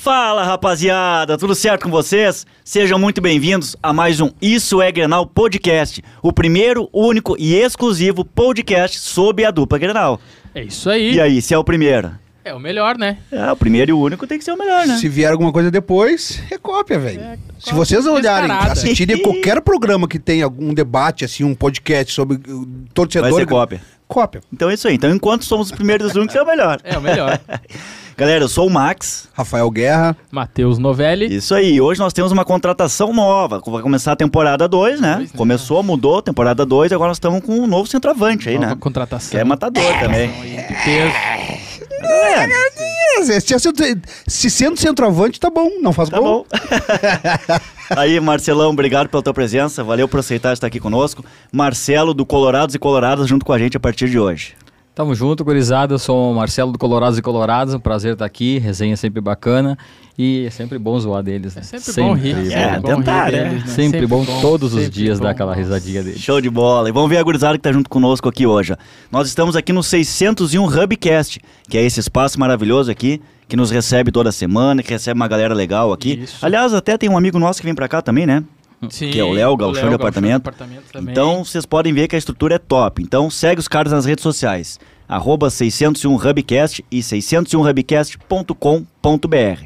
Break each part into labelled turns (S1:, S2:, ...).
S1: Fala rapaziada, tudo certo com vocês? Sejam muito bem-vindos a mais um Isso é Grenal Podcast, o primeiro, único e exclusivo podcast sobre a dupla Grenal.
S2: É isso aí.
S1: E aí, se é o primeiro?
S2: É o melhor, né?
S1: É, o primeiro e o único tem que ser o melhor, né?
S3: Se vier alguma coisa depois, é cópia, velho. Se vocês olharem,
S2: descarada.
S3: assistirem qualquer programa que tenha algum debate, assim, um podcast sobre uh, torcedor...
S1: Vai ser cópia.
S3: Cópia.
S1: Então é isso aí. Então, enquanto somos os primeiros e os únicos, é o melhor.
S2: É o melhor.
S1: Galera, eu sou o Max.
S3: Rafael Guerra.
S2: Matheus Novelli.
S1: Isso aí, hoje nós temos uma contratação nova. Vai começar a temporada 2, né?
S2: Dois, né?
S1: Começou, mudou, temporada 2, agora nós estamos com um novo centroavante aí,
S2: nova
S1: né?
S2: contratação.
S1: Que é matador também.
S2: E peso.
S1: É,
S3: Se, se sendo centroavante, tá bom. Não faz
S1: tá
S3: gol.
S1: bom. aí, Marcelão, obrigado pela tua presença. Valeu por aceitar estar aqui conosco. Marcelo do Colorados e Coloradas junto com a gente a partir de hoje.
S4: Tamo junto, gurizada. Eu sou o Marcelo do Colorados e Coloradas. Um prazer estar aqui. Resenha sempre bacana. E é sempre bom zoar deles. Né?
S2: É sempre, bom rir.
S4: bom.
S2: sempre
S1: É,
S2: bom rir
S1: tentar,
S2: deles,
S1: né?
S2: né?
S4: Sempre, bom, todos os
S2: sempre
S4: dias
S2: bom.
S4: dar aquela risadinha deles.
S1: Show de bola. E vamos ver a gurizada que tá junto conosco aqui hoje. ó. Nós estamos aqui no 601 Hubcast, que é esse espaço maravilhoso aqui, que nos recebe toda semana, que recebe uma galera legal aqui.
S2: Isso.
S1: Aliás, até tem um amigo nosso que vem pra cá também, né?
S2: Sim,
S1: que é o Léo, Galchão de Apartamento.
S2: também.
S1: Então vocês podem ver que a estrutura é top. Então segue os caras nas redes sociais. Arroba 601 Hubcast e 601hubcast.com.br.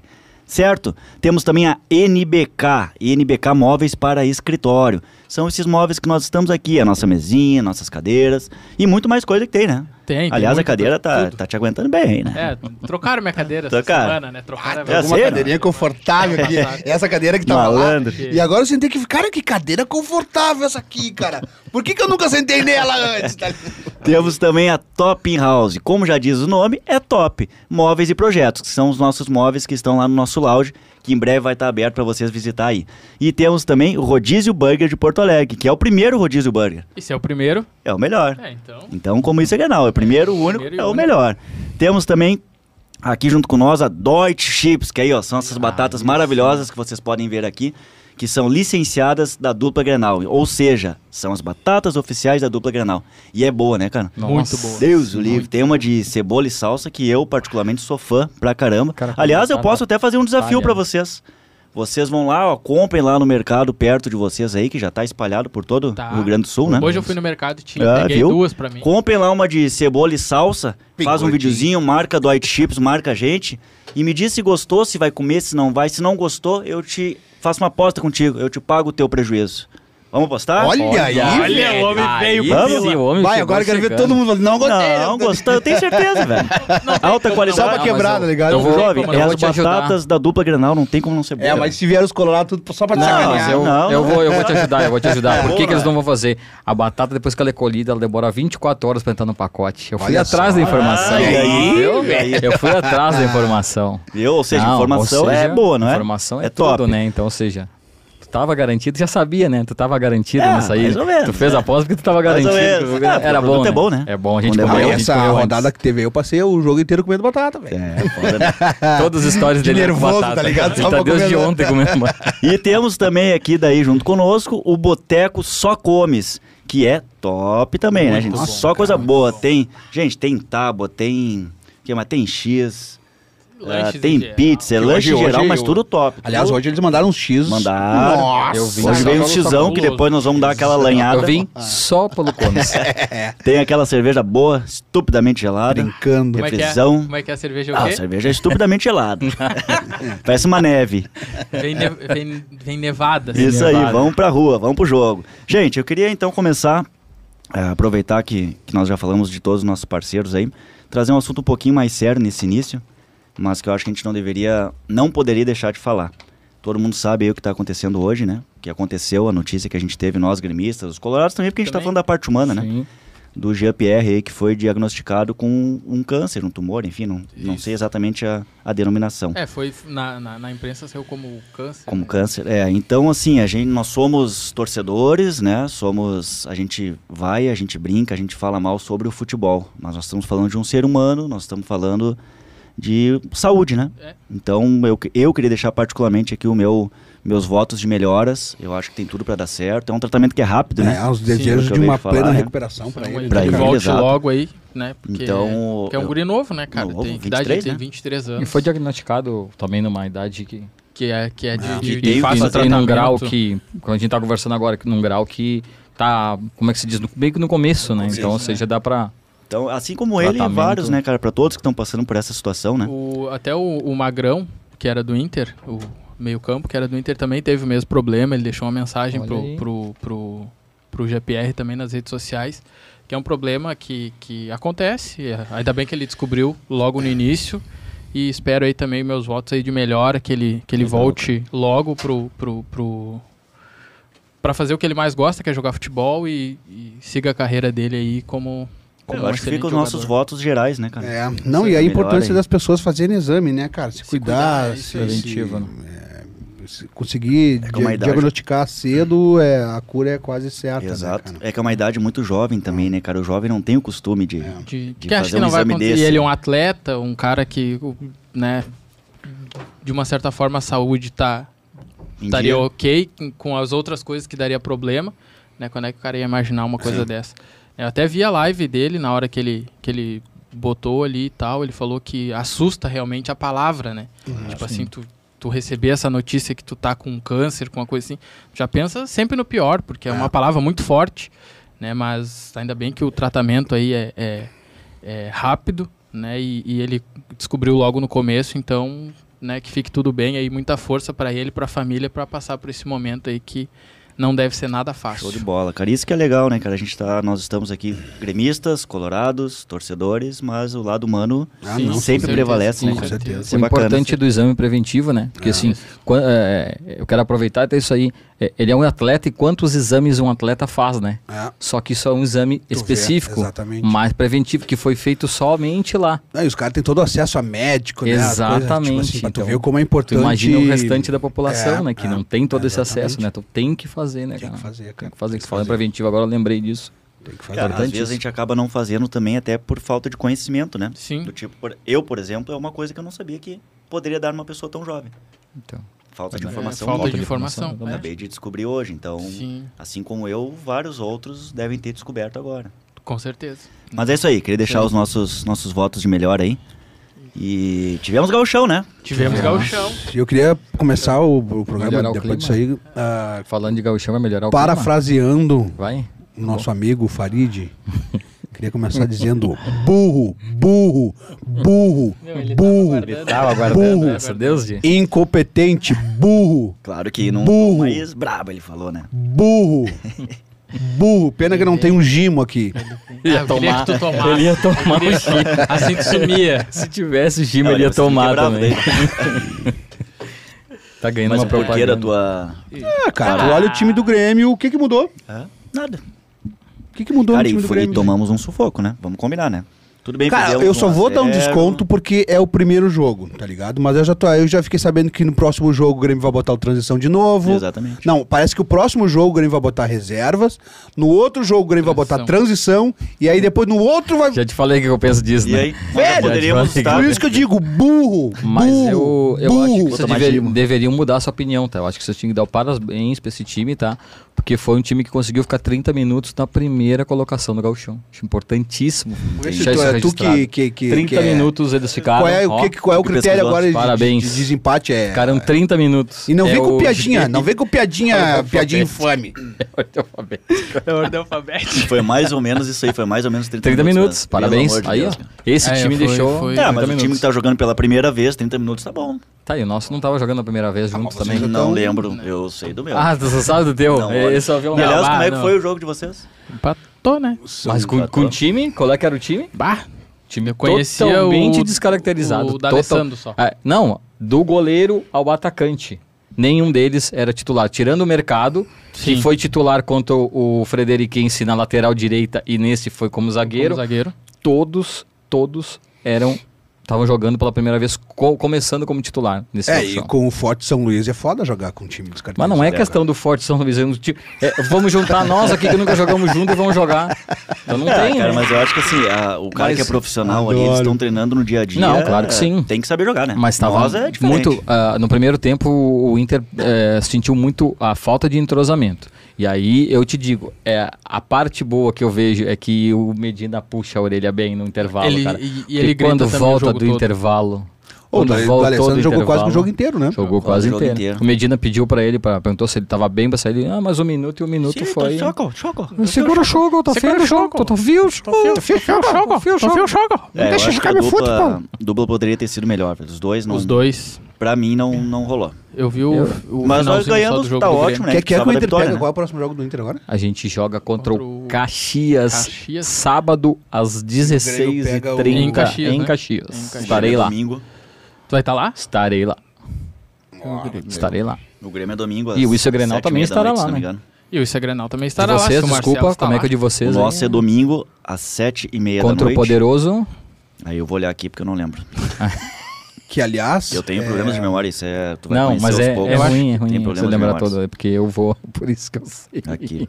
S1: Certo? Temos também a NBK, NBK Móveis para Escritório. São esses móveis que nós estamos aqui, a nossa mesinha, nossas cadeiras e muito mais coisa que tem, né?
S2: Tem, tem
S1: Aliás, a
S2: muito,
S1: cadeira tá,
S2: tudo.
S1: tá te aguentando bem, aí, né?
S2: É, trocaram minha cadeira
S1: Trocaram.
S2: essa semana, né? Trocaram
S1: é
S2: minha
S1: Uma
S3: Uma
S1: Sei,
S3: Ah, cadeirinha confortável aqui. Essa cadeira que tava
S1: Malandro.
S3: lá. E agora eu sentei que... Cara, que cadeira confortável essa aqui, cara. Por que, que eu nunca sentei nela antes? tá ligado?
S1: Temos também a Top House. Como já diz o nome, é top. Móveis e projetos, que são os nossos móveis que estão lá no nosso lounge, que em breve vai estar aberto para vocês visitar aí. E temos também o Rodízio Burger de Porto Alegre, que é o primeiro Rodízio Burger.
S2: Esse é o primeiro.
S1: É o melhor.
S2: É, então.
S1: Então, como isso é Grenal, é o primeiro, o único,
S2: Primeiro e
S1: é o
S2: único.
S1: melhor. Temos também aqui junto com nós a Deutsche Chips, que aí ó, são essas
S2: Ah,
S1: batatas maravilhosas que vocês podem ver aqui, que são licenciadas da dupla Grenal, ou seja, são as batatas oficiais da dupla Grenal. E é boa, né, cara?
S2: Muito
S4: Nossa.
S2: boa.
S1: Deus o livre, tem uma de cebola e salsa que eu particularmente sou fã pra caramba.
S4: Cara, com
S1: Aliás, eu
S4: batata
S1: posso até fazer um desafio pra
S4: palha.
S1: vocês. Vocês vão lá, ó, comprem lá no mercado perto de vocês aí, que já tá espalhado por todo
S2: Tá.
S1: o Rio Grande do Sul, né?
S2: Hoje eu fui no mercado e tinha,
S1: Ah,
S2: peguei
S1: viu?
S2: duas pra mim.
S1: Comprem lá uma de cebola e salsa, faz um
S3: Picotinho.
S1: videozinho, marca do White Chips, marca a gente e me diz se gostou, se vai comer, se não vai. Se não gostou, eu te faço uma aposta contigo, eu te pago o teu prejuízo. Vamos apostar?
S3: Olha aí,
S2: Olha, o homem veio pra
S1: vamos?
S4: sim, o homem
S3: Vai,
S4: chegou
S3: agora eu quero ver
S4: chegando.
S3: todo mundo falando, não gostei.
S1: Não, gostou, eu tenho certeza, velho. Alta
S3: Só pra
S1: qualidade.
S4: mas
S3: quebrar,
S4: eu-
S3: tá ligado?
S4: Eu vou,
S1: Jovem,
S2: como
S1: é
S4: eu
S1: as
S4: vou te ajudar. tá?
S1: batatas da dupla Grenal, não tem como não ser boa.
S3: É, mas se vier os colorados tudo só pra te
S1: Não,
S4: Mas
S3: sacanear.
S4: eu,
S1: Não,
S4: eu
S1: não.
S4: Vou, eu vou te ajudar, eu vou te ajudar. Por
S1: Boa,
S4: que, que eles
S1: né?
S4: não vão fazer? A batata, depois que ela é colhida, ela demora 24 horas pra entrar no pacote. Eu fui
S3: Olha
S4: atrás
S3: só.
S4: da informação.
S1: Ah, e aí,
S4: entendeu?
S1: velho?
S4: Eu fui atrás da informação.
S1: Viu? Ou seja,
S4: Não,
S1: informação
S4: ou seja,
S1: é boa, não é?
S4: Informação é,
S1: top.
S4: tudo, né? Então, ou seja, tu tava garantido, já sabia, né? Tu tava garantido
S1: É,
S4: nessa aí.
S1: mais ou menos,
S4: tu fez
S1: né?
S4: a aposta porque tu tava
S1: Mais ou
S4: garantido.
S1: menos. Ah,
S4: Era
S1: pô,
S4: bom,
S1: produto
S4: né?
S1: é bom, né?
S4: É bom, a gente
S1: Quando é
S4: comeu.
S1: bom,
S4: a
S3: Aí
S4: gente
S3: essa
S4: comeu antes.
S3: rodada que teve aí, eu passei o jogo inteiro comendo batata, velho.
S1: É, foda, né?
S4: Todas as histórias dele
S3: De
S4: eram com
S3: nervoso,
S4: batata.
S3: tá ligado?
S4: Ele
S3: Só pra
S4: tá desde
S3: comer, né?
S4: ontem comendo.
S1: E temos também aqui daí junto conosco o Boteco Só Comes, que é top também, né, gente?
S2: bom,
S1: Só coisa boa. Tem, gente, tem tábua, tem, que mais? Tem X, ah,
S2: Lanches em
S1: tem
S2: geral.
S1: pizza, é
S3: Hoje-
S1: lanche
S3: hoje
S1: geral,
S3: eu-
S1: mas tudo top.
S3: Aliás,
S1: Tudo
S3: hoje eles mandaram uns X.
S1: Mandaram.
S3: Nossa,
S4: Eu vi.
S1: Hoje
S4: Nossa,
S1: veio um
S2: tá
S1: xizão que
S2: fabuloso.
S1: depois nós vamos dar aquela lanhada.
S4: Eu vim só pelo Comes.
S1: É, Tem aquela cerveja boa, estupidamente gelada.
S3: brincando.
S2: Como é, que é?
S1: Refrisão.
S2: Como é que é a cerveja? O
S1: Ah, a
S2: quê?
S1: cerveja é estupidamente gelada. Parece uma neve.
S2: Vem, ne- vem, vem nevada. assim.
S1: É. Isso aí,
S4: Nevada.
S1: vamos pra rua, vamos pro jogo. Gente, eu queria então começar, eh, aproveitar que, que nós já falamos de todos os nossos parceiros aí, trazer um assunto um pouquinho mais sério nesse início, mas que eu acho que a gente não deveria, não poderia deixar de falar. Todo mundo sabe aí o que tá acontecendo hoje, né? O que aconteceu, a notícia que a gente teve, nós gremistas, os colorados também, porque a gente tá
S2: Também.
S1: falando da parte humana, né?
S4: Sim.
S1: do Jean Pierre aí, que foi diagnosticado com um câncer, um tumor, enfim, não, não sei exatamente a, a denominação.
S2: É, foi na, na, na imprensa saiu como câncer.
S1: Como
S2: né?
S1: câncer, é. Então, assim, a gente, nós somos torcedores, né? Somos, a gente vai, a gente brinca, a gente fala mal sobre o futebol. Mas nós estamos falando de um ser humano, nós estamos falando de saúde, né?
S2: É.
S1: Então, eu, eu queria deixar particularmente aqui o meu meus votos de melhoras. Eu acho que tem tudo para dar certo. É um tratamento que é rápido, né?
S3: É, os
S1: Sim,
S3: desejos
S1: eu
S3: de
S1: acabei
S3: uma
S1: de falar,
S3: plena
S1: né?
S3: recuperação Então, pra ele.
S1: pra
S2: que
S1: ele,
S2: Então, volte
S1: exato.
S2: logo aí, né? Porque,
S1: Então,
S2: porque é um
S1: eu-
S2: guri novo, né, cara?
S1: Novo,
S2: tem
S1: 23,
S2: idade, tem
S1: né?
S2: 23
S4: E
S2: anos.
S4: foi diagnosticado também numa idade que,
S2: Que é, que é de,
S1: que tem-
S2: de, de fácil
S1: Passa
S4: que tem
S2: tratamento.
S4: num grau que, quando a gente tá conversando agora, que num grau que tá, como é que se diz, no, meio que no começo, né? então, ou seja, dá pra...
S1: Então, assim como ele,
S4: Tratamento.
S1: vários, né, cara? Pra todos que estão passando por essa situação, né?
S2: O- até o, o Magrão, que era do Inter, o meio-campo, que era do Inter, também teve o mesmo problema. Ele deixou uma mensagem
S4: Olha
S2: pro,
S4: aí.
S2: pro, pro, pro GPR também nas redes sociais, que é um problema que, que acontece. é, Ainda bem que ele descobriu logo no início. E espero aí também meus votos aí de melhora, que ele, que ele volte logo pro, pro, pro, pra fazer o que ele mais gosta, que é jogar futebol e, e siga a carreira dele aí como. como
S1: eu
S2: um
S1: acho que fica os
S2: excelente
S1: nossos
S2: jogador.
S1: votos gerais, né, cara?
S3: É, não, e a
S1: Melhor,
S3: importância
S1: hein?
S3: das pessoas fazerem exame, né, cara? Se cuidar,
S2: cuidar, isso
S3: se,
S4: aí. Preventivo, né?
S3: é, se conseguir
S1: É com uma
S3: dia-
S1: idade.
S3: diagnosticar cedo, é, a cura é quase certa, né,
S1: Exato.
S3: cara?
S1: é que é uma idade muito jovem também, né, cara? O jovem não tem o costume de.
S2: De,
S1: de
S2: que acho
S1: fazer
S2: que
S1: um
S2: não vai
S1: exame
S2: acontecer.
S1: desse,
S2: E ele é
S1: né?
S2: um atleta, um cara que, o- né, de uma certa forma a saúde tá,
S1: em
S2: estaria
S1: dia.
S2: ok com- com as outras coisas que daria problema, né? Quando é que o cara ia imaginar uma coisa dessa? Eu até vi a live dele na hora que ele, que ele botou ali e tal, ele falou que assusta realmente a palavra, né?
S1: Uhum. Ah,
S2: tipo assim, tu, tu receber essa notícia que tu tá com câncer, com uma coisa assim, tu já pensa sempre no pior, porque é, uma palavra muito forte, né? Mas ainda bem que o tratamento aí é, é, é rápido, né? E, e ele descobriu logo no começo, então, né? Que fique tudo bem aí, muita força pra ele, pra família, pra passar por esse momento aí que não deve ser nada
S1: Show
S2: fácil.
S1: de bola, cara. Isso que é legal, né, cara? A gente tá, nós estamos aqui gremistas, colorados, torcedores, mas o lado humano
S3: Ah,
S2: Sim,
S3: não,
S2: com
S1: sempre
S2: certeza,
S1: prevalece, né,
S2: com
S1: cara?
S3: certeza.
S1: Isso é
S4: o
S1: bacana.
S4: importante do exame preventivo, né?
S3: Ah,
S4: Porque assim, quan- é, eu quero aproveitar e ter isso aí. É, ele é um atleta e quantos exames um atleta faz, né?
S3: É.
S4: Só que isso é um exame
S3: vê,
S4: específico,
S3: exatamente.
S4: mais preventivo, que foi feito somente lá.
S3: Ah, e os caras têm todo acesso a médico, né? As coisas,
S4: Exatamente,
S3: tipo assim, pra tu
S4: então,
S3: ver como é
S4: Tu
S3: importante.
S4: imagina o restante da população,
S3: É,
S4: né? Que
S3: é,
S4: não tem todo esse
S3: exatamente.
S4: acesso, né? Tu tem que fazer, né,
S3: Tem
S4: cara?
S3: que fazer,
S4: Tem
S3: cara.
S4: que fazer.
S3: Tem
S4: Que
S3: que
S4: falando
S3: fazer.
S4: preventivo, agora eu lembrei disso.
S3: Tem que
S1: Cara,
S3: fazer.
S1: às
S4: Importante
S1: vezes
S4: isso.
S1: a gente acaba não fazendo também até por falta de conhecimento, né?
S2: Sim.
S1: Do tipo, por- eu, por exemplo, é uma coisa que eu não sabia que poderia dar numa pessoa tão jovem.
S4: Então,
S1: Falta de
S4: É,
S1: informação.
S2: falta
S1: óbvia.
S2: de informação.
S4: informação,
S2: né?
S1: Acabei de descobrir hoje, então,
S2: Sim,
S1: assim como eu, vários outros devem ter descoberto agora.
S2: com certeza.
S1: Mas é isso aí, queria deixar os nossos, nossos votos de melhor aí. E tivemos gauchão, né?
S2: Tivemos gauchão.
S3: Eu queria começar o, o
S4: Melhorar
S3: programa
S4: o
S3: depois
S4: clima.
S3: disso aí, ah,
S4: falando de gauchão, vai melhorar o clima?
S3: parafraseando
S4: Vai?
S3: o nosso amigo Farid. Queria começar dizendo burro, burro, burro, burro, burro,
S4: Tava aguardando, graças a né? Deus, de...
S3: incompetente, burro,
S1: Claro que num
S3: Burro.
S1: país brabo, ele falou, né?
S3: burro, burro. Pena que não tem um gimo aqui.
S2: Ah, eu queria que tu tomasse.
S4: Ele ia tomar o Gima.
S2: Assim tu sumia.
S4: Se tivesse Gima,
S1: Olha,
S4: ele ia
S1: você fica
S4: tomar
S1: bravo
S4: também.
S1: daí.
S4: Tá ganhando
S1: Mas
S4: uma
S1: por que
S4: propaganda.
S1: da tua...
S3: Ah, cara, tu olha o time do Grêmio, o que que mudou?
S1: Nada.
S3: O que que mudou
S1: Cara,
S3: no
S1: e,
S3: time do
S1: fui- e
S3: Grêmio?
S1: tomamos um sufoco, né? Vamos combinar, né? Tudo bem,
S3: Cara,
S1: perdemos
S3: eu
S1: um
S3: só
S1: a
S3: vou dar um
S1: zero.
S3: desconto porque é o primeiro jogo, tá ligado? Mas eu já, tô, eu já fiquei sabendo que no próximo jogo o Grêmio vai botar o transição de novo.
S1: Exatamente.
S3: Não, parece que o próximo jogo o Grêmio vai botar reservas. No outro jogo o Grêmio vai botar transição. E aí depois no outro vai.
S4: Já te falei o que eu penso disso,
S1: E
S4: né?
S1: aí, nós poderíamos
S4: Velho,
S1: estar...
S3: Por isso que eu digo, burro!
S4: Mas
S3: burro,
S4: eu, eu
S3: burro.
S4: acho que
S1: Vou
S4: vocês
S1: tomar
S4: dever-
S1: gimo.
S4: deveriam mudar a sua opinião, tá? Eu acho que vocês tinham que dar o parabéns pra esse time, tá? Porque foi um time que conseguiu ficar 30 minutos na primeira colocação do Gauchão. Acho importantíssimo.
S3: Vê se
S4: deixar
S3: tu- é
S4: isso
S3: tu
S4: registrado.
S3: que- que- que-
S4: 30
S3: que é-
S4: minutos eles ficaram.
S3: Qual é, o,
S4: ó,
S3: que, que- qual é o
S1: que
S3: critério
S1: pesquisoso.
S3: agora de- de-
S4: Parabéns.
S3: De, desempate? É...
S4: Ficaram 30 minutos.
S3: E não
S4: É
S3: vem com
S4: o
S3: piadinha,
S4: GP
S3: não vem com piadinha, piadinha infame.
S2: É ordem alfabética.
S1: Foi mais ou menos isso aí, foi mais ou menos 30,
S4: 30 minutos,
S1: né?
S4: parabéns.
S1: Pelo amor de
S4: aí,
S1: Deus,
S4: ó.
S1: cara.
S4: Esse
S2: É,
S4: time
S2: foi-
S4: deixou.
S2: foi-
S1: Tá,
S4: 30
S1: mas o time
S4: minutos.
S1: que tá jogando pela primeira vez, 30 minutos tá bom.
S4: Tá, e o nosso não tava jogando a primeira
S1: Ah,
S4: vez junto
S3: mas
S4: também.
S3: vocês
S1: Não
S3: Então-
S1: lembro, eu sei do meu.
S4: Ah, tu só sabe do teu.
S1: tá- Não, olha.
S4: Esse é o violão.
S1: E, aliás,
S2: Não,
S1: como
S2: ah,
S1: é que
S2: não.
S1: foi o jogo de vocês?
S2: Empatou, né?
S4: Mas com,
S1: empatou.
S4: com o time, qual é que era o time?
S2: Bah.
S4: Time
S2: Eu conhecia
S4: totalmente
S2: o-
S4: descaracterizado.
S2: o da
S4: Total-
S2: Alessandro só.
S4: Ah, não, do goleiro ao atacante. Nenhum deles era titular. Tirando o mercado, que
S2: Sim.
S4: foi titular contra o Frederiquense na lateral direita e nesse foi como zagueiro.
S2: Como zagueiro.
S4: Todos, todos eram Tava jogando pela primeira vez, co- começando como titular nesse
S3: É, e
S4: gauchão.
S3: com o Forte São Luís é foda jogar com um time
S4: Mas
S3: descartado.
S4: não é questão do Forte São Luís. é um ti- é, vamos juntar nós aqui que nunca jogamos junto e vamos jogar. Então não
S1: Ah,
S4: tem,
S1: cara,
S4: né?
S1: mas eu acho que assim, a- o cara
S4: Mas-
S1: que é profissional ali, eles
S3: Adoro.
S1: estão treinando no dia a dia.
S4: Não, claro que
S1: é,
S4: sim.
S1: Tem que saber jogar, né?
S4: Mas estava
S1: Nós é diferente.
S4: muito. ah, no primeiro tempo, o Inter eh, sentiu muito a falta de entrosamento. E aí eu te digo, é, a parte boa que eu vejo é que o Medina puxa a orelha bem no intervalo,
S2: Ele-
S4: cara.
S2: e- e
S4: Porque
S2: ele grita
S4: quando
S2: também o
S4: volta
S2: jogo
S4: do
S2: todo.
S4: intervalo.
S3: Ou
S4: quando
S3: o
S4: voltou do
S3: Alessandro jogou quase que o
S4: intervalo,
S3: jogo inteiro, né?
S4: Jogou
S1: Quase
S4: quase
S2: um
S1: o jogo
S4: inteiro.
S1: inteiro.
S4: O Medina pediu pra ele, pra, perguntou se ele tava bem pra sair. Ele, ah, mas um minuto e um minuto
S1: Sim,
S4: foi.
S2: então
S1: tá- Choco, choco.
S4: Segura o jogo, tá feio o jogo, tá viu? Tá
S2: Confia o jogo.
S1: É, eu acho que a dupla, dupla poderia ter sido melhor. velho. Os dois, não,
S2: Os dois.
S1: pra mim, não, não rolou.
S2: Eu vi o, o
S1: Mas nós
S2: finalzinho só
S1: ganhamos,
S2: do jogo
S1: tá
S2: do Grêmio.
S1: ótimo, né?
S3: Quer, quer que
S1: Precisava
S3: o
S1: da
S3: Inter
S1: vitória,
S3: pegue
S1: né?
S3: qual é o próximo jogo do Inter agora?
S4: A gente joga contra,
S2: Contra
S4: o
S2: o
S4: Caxias,
S2: Caxias.
S4: sábado às
S3: Grêmio pega
S4: 16h30
S3: o-
S4: em
S2: Em Caxias,
S4: Caxias.
S2: né? Em Caxias.
S4: Estarei
S1: é
S4: lá.
S1: Domingo.
S2: Tu vai estar lá?
S4: Estarei lá. Estarei lá.
S1: O Grêmio é domingo.
S4: E o
S1: às
S4: Isso Grenal
S1: sete e
S4: também
S1: meia da
S4: estará
S1: noite,
S4: lá,
S1: se não me
S4: né?
S1: engano.
S2: E o Segrenal também estará lá. se
S4: vocês,
S2: o Tá Marcelo
S4: desculpa,
S2: está
S4: como é
S2: lá.
S4: que é de
S1: O
S4: vocês?
S1: nosso
S4: aí?
S1: é domingo às sete e meia da
S4: Contra o
S1: noite.
S4: Poderoso.
S1: Aí eu vou olhar aqui porque eu não lembro.
S3: Que, aliás...
S1: Eu tenho
S3: é,
S1: problemas de memória, isso é... Tu vai
S4: Não,
S1: conhecer
S4: mas
S1: aos
S4: é,
S1: poucos.
S4: é ruim,
S1: Tem
S4: é ruim. Você
S1: problemas de
S4: lembrar
S1: memória.
S4: todo, é porque eu vou, por isso que eu sei.
S1: Aqui.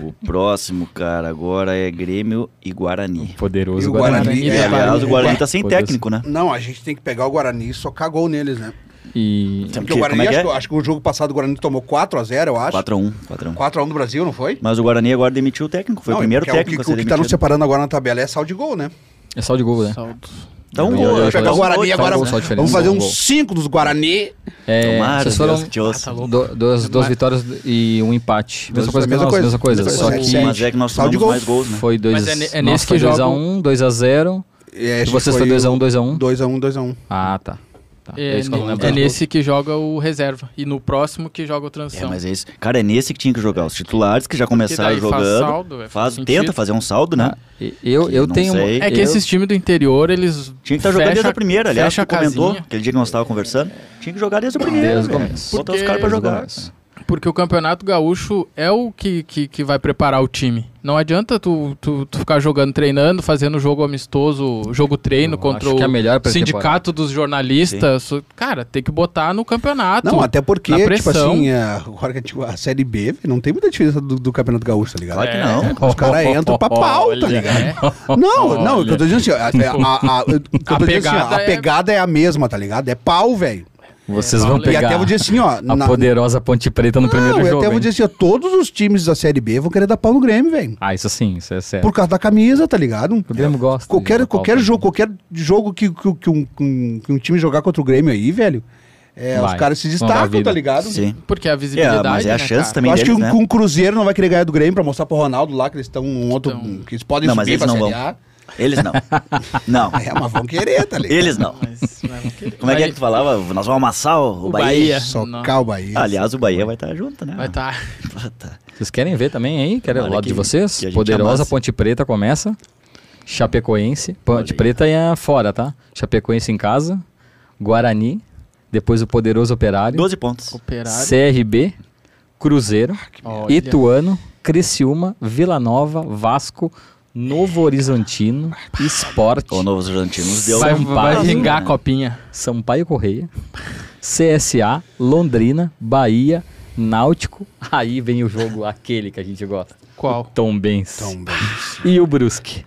S1: O próximo, cara, agora é Grêmio e Guarani.
S4: Poderoso
S3: E o
S4: Guarani.
S3: Guarani,
S1: É,
S3: é,
S1: aliás,
S2: né?
S1: o Guarani tá sem
S4: Poderoso.
S1: técnico, né?
S3: Não, a gente tem que pegar o Guarani e socar gol neles, né?
S4: E
S1: Sabe
S3: Porque
S1: Então,
S3: o
S1: que-
S3: Guarani,
S1: como é que
S3: acho,
S1: é?
S3: que, acho que o jogo passado o Guarani tomou 4x0, eu acho.
S1: 4x1, 4x1.
S3: 4x1 do Brasil, não foi?
S1: Mas o Guarani agora demitiu o técnico, foi
S3: Não,
S1: o primeiro
S3: porque é
S1: técnico
S3: que,
S1: a
S3: O
S1: ser
S3: que tá nos
S1: demitido.
S3: separando agora na tabela é saldo de gol, né?
S4: é só de gol, né?
S2: Saldo.
S1: Então,
S4: Eu- eu- eu-
S1: jogar
S4: eu-
S1: os
S4: eu-
S1: dois,
S3: Guarani
S4: só
S1: tá?
S3: agora
S4: um só de diferença,
S3: vamos fazer
S4: só um gol.
S3: uns 5 dos Guarani.
S4: É,
S1: Tomara,
S4: vocês
S1: Deus
S4: foram
S1: que ouça.
S2: Ah, tá louco.
S4: do- duas, duas vitórias e um empate. Mesma
S3: Duas-
S4: coisa que
S3: mesma
S4: nós,
S3: coisa.
S4: mesma coisa.
S3: Mesma
S4: Só
S3: coisa.
S4: que
S3: Sete.
S1: Mas é que nós
S3: Saldo
S1: tomamos
S3: de
S1: mais gols, né?
S4: foi
S2: Mas é ne-
S4: 2x1,
S2: é nesse que joga o-
S4: 2x0.
S3: É,
S4: E vocês foi 2x1, 2x1.
S3: 2x1 2x1.
S4: Ah, tá. Tá.
S2: É,
S4: isso que eu não
S2: ne-
S4: lembro.
S2: é nesse que joga o reserva. E no próximo que joga o
S1: É,
S2: transição.
S1: mas é isso. Cara, é nesse que tinha que jogar. Os titulares que já começaram
S2: daí faz
S1: jogando.
S2: saldo, é,
S1: faz-
S2: faz
S1: tenta
S2: sentido.
S1: fazer um saldo, né?
S4: Ah, e- Eu, eu
S1: Não
S4: tenho. uma-
S1: sei.
S2: É que
S4: eu-
S2: esses times do interior, eles.
S1: Tinha que estar jogando
S2: fecha-
S1: desde a primeira, aliás,
S2: fecha
S1: tu
S2: a
S1: comentou,
S2: casinha.
S1: aquele dia que nós estávamos conversando. Tinha que jogar desde o primeiro.
S4: Desde o
S1: velho.
S4: começo.
S1: Botar os
S2: Porque-
S1: caras pra
S4: Desde o
S1: jogar.
S4: começo.
S2: Porque o Campeonato Gaúcho é o que, que, que vai preparar o time. Não adianta tu, tu, tu ficar jogando, treinando, fazendo jogo amistoso, jogo treino
S4: Eu
S2: contra
S4: acho que é a melhor
S2: o
S4: pré-temporada.
S2: sindicato dos jornalistas. Cara, tem que botar no campeonato.
S3: Não, até porque,
S2: Ah, na
S3: tipo
S2: pressão.
S3: assim, a, agora que a gente- a Série B velho, não tem muita diferença do, do Campeonato Gaúcho, tá ligado?
S1: Claro que
S2: É.
S1: não.
S3: Os caras entram pra pau, tá
S2: Olha,
S3: ligado?
S2: é.
S3: Não, não, o que eu tô dizendo assim, ó, a, a- a- o que eu tô
S2: A
S3: dizendo assim, ó,
S2: pegada
S3: a
S2: é-
S3: pegada é a mesma, tá ligado? É pau, velho.
S4: Vocês
S2: É,
S4: vão
S2: valeu.
S4: pegar.
S3: E até vou dizer assim, ó.
S4: a
S3: na-
S4: poderosa Ponte Preta no
S3: não,
S4: primeiro
S3: eu
S4: jogo.
S3: até vou
S4: hein?
S3: dizer assim, ó, todos os times da Série B vão querer dar pau no Grêmio, velho.
S4: Ah, isso sim, isso é sério.
S3: Por causa da camisa, tá ligado?
S4: O Grêmio gosta.
S3: Qualquer,
S4: de
S3: qualquer
S4: Copa.
S3: jogo, qualquer jogo que, que, que um, que um- que um time jogar contra o Grêmio aí, velho, é, os
S4: Vai,
S3: caras se
S4: vão dar
S3: destacam,
S4: vida.
S3: tá ligado?
S1: Sim.
S2: Porque a
S1: É,
S2: visibilidade.
S1: mas é a
S2: né,
S1: chance
S2: cara?
S1: também
S3: Eu acho que
S1: deles,
S3: um,
S1: né?
S3: que um Cruzeiro não vai querer ganhar do Grêmio pra mostrar pro Ronaldo lá que eles estão um outro.
S2: Então-
S3: que eles podem
S1: Não, mas
S3: subir
S1: eles
S3: pra
S1: não
S3: Série
S1: vão.
S3: A.
S1: Eles não. Não.
S3: É, mas vão querer, tá ligado?
S1: Eles não. Como é que é que tu falava? Nós vamos amassar o, o
S2: O
S1: Bahia. Ah,
S2: Bahia.
S3: Socar o Bahia.
S1: Aliás, o Bahia vai estar junto, né? tá.
S2: Vai tá estar.
S1: Puta.
S4: Vocês querem ver também, hein? Querem o
S1: Tomara
S4: lado
S1: que-
S4: de vocês?
S1: que a gente
S4: Poderosa
S1: amasse.
S4: Ponte Preta começa. Chapecoense.
S1: Olha
S4: Ponte
S1: aí.
S4: Preta é fora, tá? Chapecoense em casa. Guarani. Depois o Poderoso Operário.
S1: 12 pontos.
S2: Operário.
S4: CRB. Cruzeiro.
S3: Ah,
S2: Olha.
S4: Ituano, Criciúma, Vila Nova, Vasco, Novo Horizontino, Sport,
S1: O Novos Argentinos
S4: é
S1: deu
S2: Vai,
S1: um
S2: vai
S1: passo,
S2: vingar
S1: né?
S2: a copinha.
S4: Sampaio Correia, CSA, Londrina, Bahia, Náutico. Aí vem o jogo aquele que a gente gosta.
S2: Qual?
S4: Tom Benz.
S3: Então, bem.
S4: E o Brusque.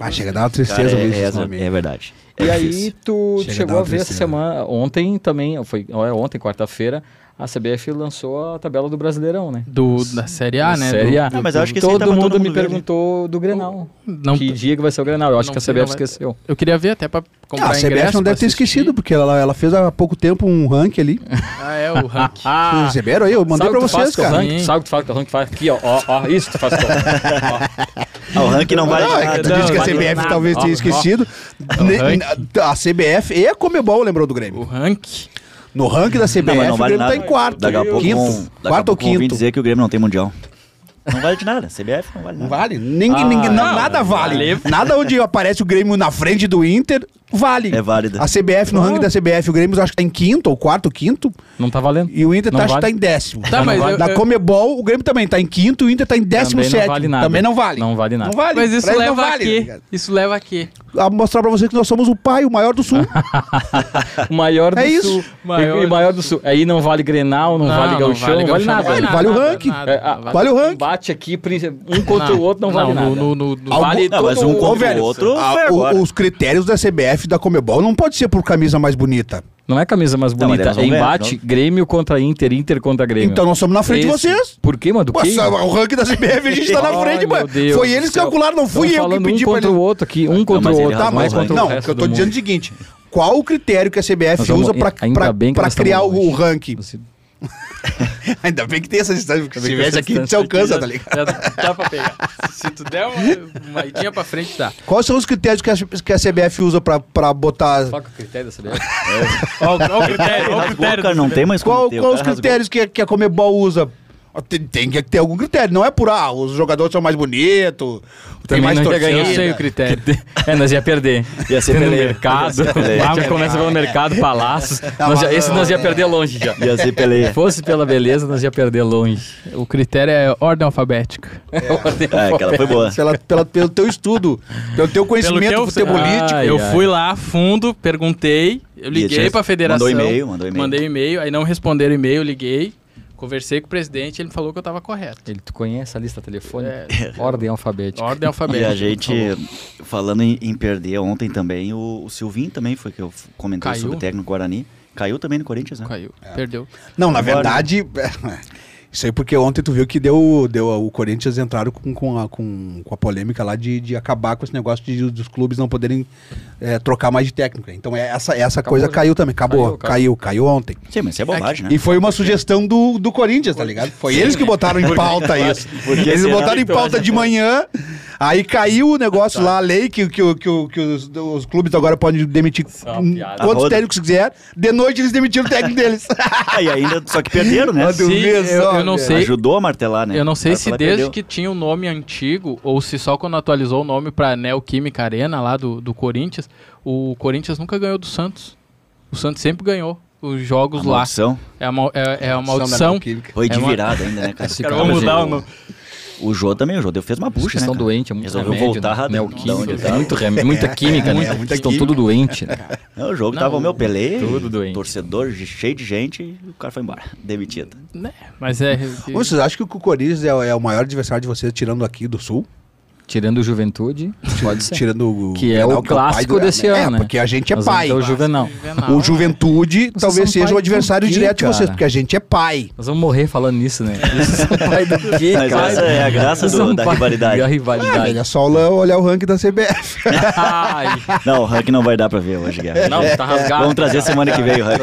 S3: Ah, chega a dar uma tristeza
S1: Cara, é,
S3: ouvir esses
S1: é,
S3: nomes.
S1: é verdade. É
S4: e aí
S1: difícil.
S4: tu
S3: Chega a dar
S4: chegou
S3: uma
S4: a ver essa
S3: tristeza.
S4: semana, ontem também, foi é, ontem, quarta-feira, a CBF lançou a tabela do Brasileirão, né?
S2: Do, da Série A, né?
S4: Série
S2: Do-
S4: A.
S1: Ah, mas eu acho que esse aí
S4: todo,
S1: tava
S4: mundo
S1: todo
S4: me
S1: mundo vendo.
S4: perguntou do Grenal.
S2: Não,
S4: que dia que vai ser o Grenal? Eu acho
S2: Não
S4: que a
S2: sei,
S4: CBF
S2: não vai-
S4: esqueceu.
S2: Eu queria ver até pra comprar
S3: Ah, a CBF
S2: ingresso pra
S3: não deve ter
S2: assistir.
S3: esquecido, porque ela, ela fez há pouco tempo um ranking ali.
S2: Ah, é o ranking.
S4: Ah,
S3: Vocês receberam aí? Eu mandei pra vocês, cara.
S2: ranking?
S4: Sabe o que tu faz com o ranking? Faz aqui, ó, ó, ó, isso tu faz com
S1: Ah, o ranking não vale
S3: Não, é que tu
S1: nada.
S3: disse que a
S4: valeu
S3: CBF
S4: nada.
S3: talvez tenha
S4: Ó,
S3: esquecido. Ne- a CBF e a Comebol lembrou do
S2: O
S3: Grêmio.
S2: ranking.
S3: No ranking da CBF,
S1: Não, mas não vale
S3: o Grêmio
S1: nada.
S3: tá em quarto.
S1: Daqui a pouco,
S3: quinto.
S1: vão- daqui a
S3: quarto ou
S1: pouco vão vir
S3: quinto.
S1: dizer que o Grêmio não tem mundial. Não vale de nada. CBF não vale nada.
S3: Não vale? Ninguém,
S4: Ah,
S3: ninguém- não,
S4: não,
S3: nada vale.
S4: valeu.
S3: Nada onde aparece o Grêmio na frente do Inter vale.
S1: É válida.
S3: A CBF, no ranking da CBF, o Grêmio acho que tá em quinto, ou quarto, quinto,
S4: Não tá valendo.
S3: e o Inter
S4: Não
S3: tá, acho que
S4: vale.
S3: tá em décimo.
S2: Tá, mas eu-
S3: da
S2: eu-
S3: Comebol, o Grêmio também tá em quinto, o Inter tá em décimo
S4: Também não
S3: sétimo.
S4: vale nada.
S3: Também não vale.
S4: Não vale nada.
S3: Não vale.
S2: Mas isso
S3: Pra ele
S2: leva
S3: não vale,
S2: a
S3: tá
S2: quê?
S3: ligado?
S2: isso leva a quê?
S3: a mostrar pra vocês que nós somos o pai, o maior do sul.
S4: O maior do
S3: É isso.
S4: Sul.
S2: Maior
S4: e, e
S2: do
S4: maior do sul. Aí não vale Grenal, não, vale Gauchão, não vale nada.
S3: vale nada. o ranking.
S4: É, a-
S2: não
S3: vale o ranking.
S4: Bate aqui, princ- um contra o outro não
S2: não,
S4: vale nada.
S2: No, no, no,
S3: Algum-
S4: vale
S1: Não, mas
S4: todo
S1: um
S4: o-
S1: contra
S3: Ô, velho,
S1: o outro
S3: Ah,
S1: foi
S3: o-
S1: agora.
S3: os critérios da CBF e da Comebol não pode ser por camisa mais bonita.
S4: Não é camisa mais
S1: Não, mas
S4: bonita,
S1: elas vão
S4: é
S1: ganhar,
S4: embate Grêmio contra Inter, Inter contra Grêmio.
S3: Então nós somos na frente de
S4: Esse-
S3: vocês.
S4: Por quê, mano? Do
S3: Pô,
S4: quê?
S3: só- o ranking da CBF a gente tá na
S4: Ai,
S3: frente,
S4: meu
S3: mano.
S4: Deus
S3: Foi
S4: do
S3: eles que
S4: céu.
S3: calcularam, não fui
S4: Tão
S3: eu que
S4: falando
S3: pedi
S4: um
S3: pra
S4: contra
S3: eles. Tá,
S4: o outro aqui, um contra
S1: mas
S4: o
S1: ele
S4: outro,
S1: razão,
S4: não é
S1: razão.
S4: contra
S3: Não,
S4: o
S3: o
S4: resto
S3: que eu tô
S4: do
S3: dizendo é o
S4: mundo.
S3: seguinte: qual o critério que a CBF
S4: Nós vamos-
S3: usa pra,
S4: ainda
S3: pra-
S4: bem que
S3: pra
S4: nós estamos
S3: criar o
S4: longe.
S3: ranking? Ainda bem que tem essa distância, porque se tivesse aqui, a gente alcança, tá ligado?
S2: Já dá pra pegar. Se tu der uma, uma idinha pra frente, dá.
S3: Quais são os critérios que a, que a CBF usa pra, pra botar.
S4: Qual que é o critério dessa ideia?
S2: Ó, o- ó o critério, ó o
S1: Rasgou,
S2: critério.
S1: cara, não tem mais como
S3: Qual,
S1: ter, o
S3: qual os
S1: cara rasgou.
S3: critérios que, que a Comebol usa? Ó, Tem, tem que ter algum critério, não é por ah, os jogadores são mais bonitos, tem mais
S4: não ia
S3: torcida.
S4: ganhar.
S2: Eu sei o critério.
S4: É, nós ia perder.
S1: Ia ser
S4: no
S1: peleia.
S4: mercado.
S1: Ia ser peleia.
S4: Já começa pelo mercado, palácios.
S2: Tá
S3: Não,
S4: Nós já-
S3: mas-
S4: esse nós ia perder longe já.
S1: Ia ser
S4: Se
S1: peleia.
S4: fosse pela beleza, nós ia perder longe.
S2: O critério é ordem alfabética.
S1: É, aquela foi boa.
S3: Pela, pela- pelo teu estudo, pelo teu conhecimento
S2: teu- Ah, é.
S3: futebolístico.
S4: Ai,
S2: eu
S4: ai.
S2: fui lá a fundo, perguntei, eu liguei
S1: tinha-
S2: pra federação.
S1: mandou e-mail, mandou e-mail.
S2: Mandei e-mail, aí não responderam o e-mail, liguei, conversei com o presidente, ele me falou que eu tava correto.
S4: Ele, tu conhece a lista telefônica?
S2: É.
S4: Ordem alfabética.
S2: Ordem
S1: E
S2: alfabética.
S1: a gente, falando em, em perder ontem também, o, o Silvinho também foi que eu f- comentei
S2: Caiu.
S1: sobre o técnico Guarani. Caiu também no Corinthians, né?
S2: Caiu, perdeu.
S3: Não, na
S1: Agora-
S3: verdade, é, isso aí porque ontem tu viu que deu, deu o Corinthians entraram com, com, a, com, com a polêmica lá de, de acabar com esse negócio de, dos clubes não poderem eh, trocar mais de técnico. Então é, essa, essa
S4: Acabou
S3: coisa
S4: já.
S3: caiu também, acabou,
S4: Caiu,
S3: caiu, caiu,
S4: caiu.
S3: ontem.
S1: Sim, mas isso é bobagem, né?
S3: E foi uma sugestão do, do Corinthians, tá ligado? Foi eles que botaram em pauta isso.
S1: porque
S3: Eles
S1: será?
S3: botaram em pauta de manhã, aí caiu o negócio lá, a lei que, que, o- que, o- que os, os clubes agora podem demitir
S4: é uma piada.
S1: A
S3: quantos
S1: roda.
S3: técnicos quiser. De noite eles demitiram o técnico deles.
S1: Ah, e ainda, só que perderam, né?
S3: Mas tu
S2: Se-
S3: vê
S2: eu-
S3: só,
S2: eu não
S3: velho.
S2: sei.
S1: Ajudou a martelar, né?
S2: Eu não sei
S1: Ela
S2: se
S1: falou,
S2: desde
S1: perdeu.
S2: que tinha um nome antigo, ou se só quando atualizou o nome pra Neoquímica Arena lá do, do Corinthians, o Corinthians nunca ganhou do Santos. O Santos sempre ganhou os
S1: A
S2: jogos lá.
S1: maldição
S2: É, a mal- é, é a
S3: Maldição
S2: maldição.
S3: da Neoquímica.
S1: foi de
S2: É uma-
S1: virada ainda, né, cara?
S4: Esse
S2: Cara, é
S4: cara
S2: vamos
S4: hoje,
S2: mudar o
S4: o-
S2: nome.
S1: O Jô também, o Jô deu, fez uma
S4: Os que
S1: bucha, né?
S4: estão
S1: cara?
S4: doentes, é muito
S1: Resolveu
S4: remédio,
S1: voltar
S4: né?
S1: da- da
S4: Neoquímica,
S1: onde é tá.
S4: muito remédio, muita química, né?
S3: muita
S4: Estão
S3: química.
S4: tudo doente, né?
S1: Não, o jogo
S2: Não,
S1: tava o meu Pelé,
S4: tudo doente.
S1: torcedor de- cheio de gente, e o cara foi embora, demitido.
S2: Né? Mas é.
S3: Ô, Vocês acham que o Corinthians é, o- é o maior adversário de vocês, tirando aqui do Sul?
S4: Tirando o Juventude, pode ser.
S3: Tirando
S4: Que é
S3: Grenal, pai
S4: o clássico
S3: do-
S4: desse
S3: é,
S4: ano, né?
S3: porque a gente é
S4: Nós vamos
S3: pai.
S4: ter o Juvenal.
S2: Juvenal,
S3: O Juventude talvez
S4: são
S3: seja
S4: pai
S3: o adversário
S4: por quê,
S3: direto de vocês,
S4: cara?
S3: porque a gente é pai.
S4: Nós vamos morrer falando nisso, né? Isso é um pai do quê,
S1: Mas
S4: cara?
S1: essa é a graça
S4: Isso
S1: do-
S4: é um
S1: da
S4: pai-
S1: rivalidade.
S4: Da
S3: Ah, velho,
S4: rivalidade.
S3: é só olhar- olhar o ranking da CBF.
S4: Ai,
S1: Não, o ranking não vai dar pra ver hoje, Guerra.
S4: não, tá rasgado.
S1: Vamos trazer semana que vem o ranking.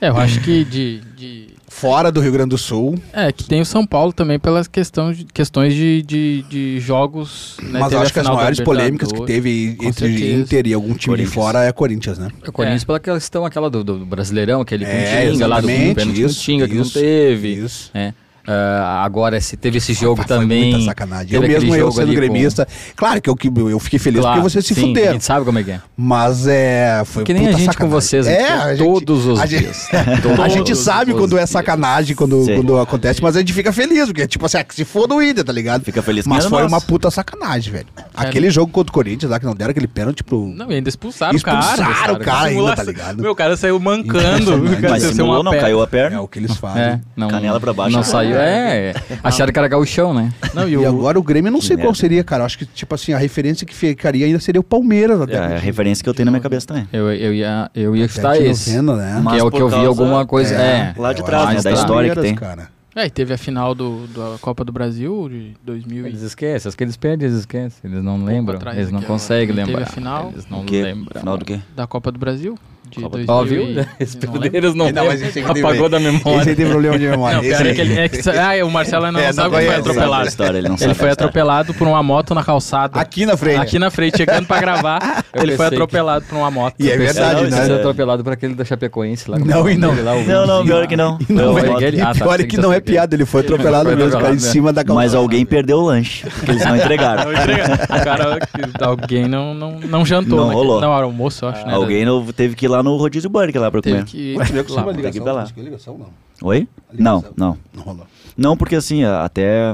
S2: É, eu acho que de, de-
S3: Fora do Rio Grande do Sul.
S2: É, que tem o São Paulo também pelas questão de- questões de, de, de jogos. Né?
S3: mas
S2: Teve a
S3: acho que as
S2: final da
S3: maiores polêmicas que
S2: Libertadores.
S3: teve
S2: Com
S3: entre
S2: certeza.
S3: Inter e algum time de
S1: Corinthians.
S3: fora é Corinthians, né?
S4: O Corinthians pela questão aquela do, do Brasileirão, aquele com
S3: É,
S4: o Tinga lá do
S3: exatamente,
S4: pênalti com o
S3: isso,
S4: Tinga que não
S3: isso,
S4: teve.
S3: isso.
S4: né? Ah, agora esse, teve esse jogo
S3: Foi
S4: também.
S3: muita sacanagem.
S4: Teve
S3: Eu
S4: aquele
S3: mesmo, eu
S4: jogo
S3: sendo
S4: ali com-
S3: gremista. Claro que eu, que eu fiquei feliz
S4: Claro,
S3: porque vocês se
S4: sim, A
S3: fuderam.
S4: gente sabe como é que é.
S3: Mas é. Foi
S4: Que nem
S3: puta
S4: a gente com
S3: sacanagem.
S4: vocês,
S3: é,
S4: a gente-
S3: a gente-
S4: todos os
S3: a gente-
S4: dias.
S3: É, A
S4: Todos
S3: gente
S4: os
S3: sabe quando é
S4: dias.
S3: sacanagem, quando,
S1: Sim.
S3: quando acontece, mas a gente fica feliz, porque tipo assim, ah, que se for do Ida, tá ligado?
S1: Fica feliz que
S3: Mas
S1: era
S3: foi
S1: nosso.
S3: uma puta sacanagem, velho.
S4: É, né?
S3: Aquele jogo contra o Corinthians lá, que não deram aquele pênalti pro.
S2: Não, e ainda expulsaram, o cara.
S3: É. Expulsaram o
S2: expulsaram,
S3: cara ainda, tá
S2: Simulação.
S3: ligado?
S2: Meu, o cara saiu mancando.
S3: Impressionante.
S2: o cara
S1: Mas
S2: saiu
S1: simulou,
S2: uma
S1: não,
S2: perna.
S1: caiu a
S3: É
S1: perna.
S3: o que eles fazem.
S4: É, não,
S1: Canela pra baixo.
S4: Não saiu. É, é. acharam que era gauchão, né?
S2: Não, e
S3: E
S2: o,
S3: agora o Grêmio, eu não
S1: Que
S3: sei qual
S1: merda.
S3: seria, cara. Eu Acho que, tipo assim, a referência que ficaria ainda seria o Palmeiras até.
S1: É a referência que eu tenho na minha cabeça também.
S4: Eu, eu ia, eu ia
S3: Até
S4: chutar
S3: que
S4: esse.
S3: novena, né?
S1: Mas
S4: que é o
S1: por
S4: que eu vi
S1: causa-
S4: alguma coisa. É.
S1: Lá de
S3: Eu
S1: trás,
S3: acho
S1: né?
S3: que
S1: Da
S3: tá.
S1: história que tem.
S3: Cara.
S2: É, e teve a final do, da Copa do Brasil de 2000
S4: Eles
S2: e...
S4: esquecem, as que eles perdem, eles esquecem. Eles não lembram,
S2: atrás
S4: eles não
S2: aqui, ó.
S4: conseguem
S2: Teve a
S4: lembrar.
S2: final.
S4: Eles não
S1: O quê?
S4: lembram.
S1: Final do quê?
S2: da Copa do Brasil. de
S1: Copa do-
S4: Ó,
S2: 2000
S4: viu?
S2: e-
S4: Esses
S2: não lembro.
S4: perdeiros não,
S3: né? Não, mas esse aí tem-
S4: apagou da
S3: Esse
S4: memória.
S3: aí tem problema de memória.
S2: Não,
S3: Esse
S2: pior é
S3: aí.
S2: que ele, é que- ah, é, o Marcelo não,
S3: É, não
S2: sabe como foi
S3: conhece,
S1: Sabe a
S2: atropelado.
S1: história, ele não sabe
S2: Ele
S1: a
S2: foi
S1: história.
S2: atropelado por uma moto na calçada.
S3: Aqui na frente.
S2: Aqui na frente, chegando pra gravar,
S4: Eu
S2: ele foi
S4: pensei que-
S2: atropelado por uma moto.
S3: E é
S4: Pensei,
S3: verdade,
S4: não,
S1: né?
S4: esse é atropelado por aquele da Chapecoense lá.
S3: Não, e não.
S1: Não, não, pior que não.
S3: Não,
S1: Foi
S3: velho,
S1: uma
S4: aquele-
S3: e
S4: Ah, tá,
S3: pior é
S4: tem
S3: que tá
S4: que
S3: não é
S4: saber.
S3: piada, ele foi atropelado
S4: Foi
S3: mesmo, cara, em
S4: atropelado, né?
S3: cima da calçada.
S1: Mas alguém perdeu o lanche, porque eles não entregaram.
S2: Não entrega. O cara, que alguém não, não, não jantou.
S1: Não
S2: né?
S1: rolou.
S2: Não, era almoço, eu acho, né?
S1: Alguém não teve que ir lá no Rodízio Burger lá pra
S2: Teve
S1: comer.
S2: que...
S3: Ué, tivemos
S2: lá,
S3: uma
S1: tem que ir
S3: ligação,
S1: pra lá.
S3: acho que é ligação, não.
S1: Oi?
S3: Ligação.
S1: Não, não.
S3: Não rolou.
S1: Não, porque assim, a- até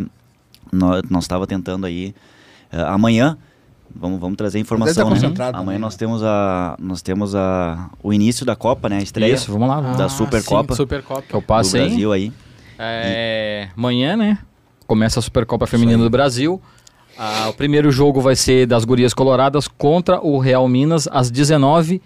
S1: nó- nós estava tentando aí eh, amanhã vamos, vamos trazer
S3: Deve
S1: informação,
S3: tá
S1: né?
S3: concentrado
S1: Amanhã
S3: também,
S1: nós
S3: né?
S1: temos a nós temos a o início da Copa, né? A estreia
S4: Isso, vamos lá. Vamos.
S1: Da
S2: Ah,
S1: Supercopa.
S2: Sim,
S4: Que eu
S2: Supercopa.
S1: do
S4: passo, hein?
S1: Brasil aí.
S4: É, amanhã, né? Começa a Supercopa Feminina do Brasil. Ah, o primeiro jogo vai ser das Gurias Coloradas contra o Real Minas às 19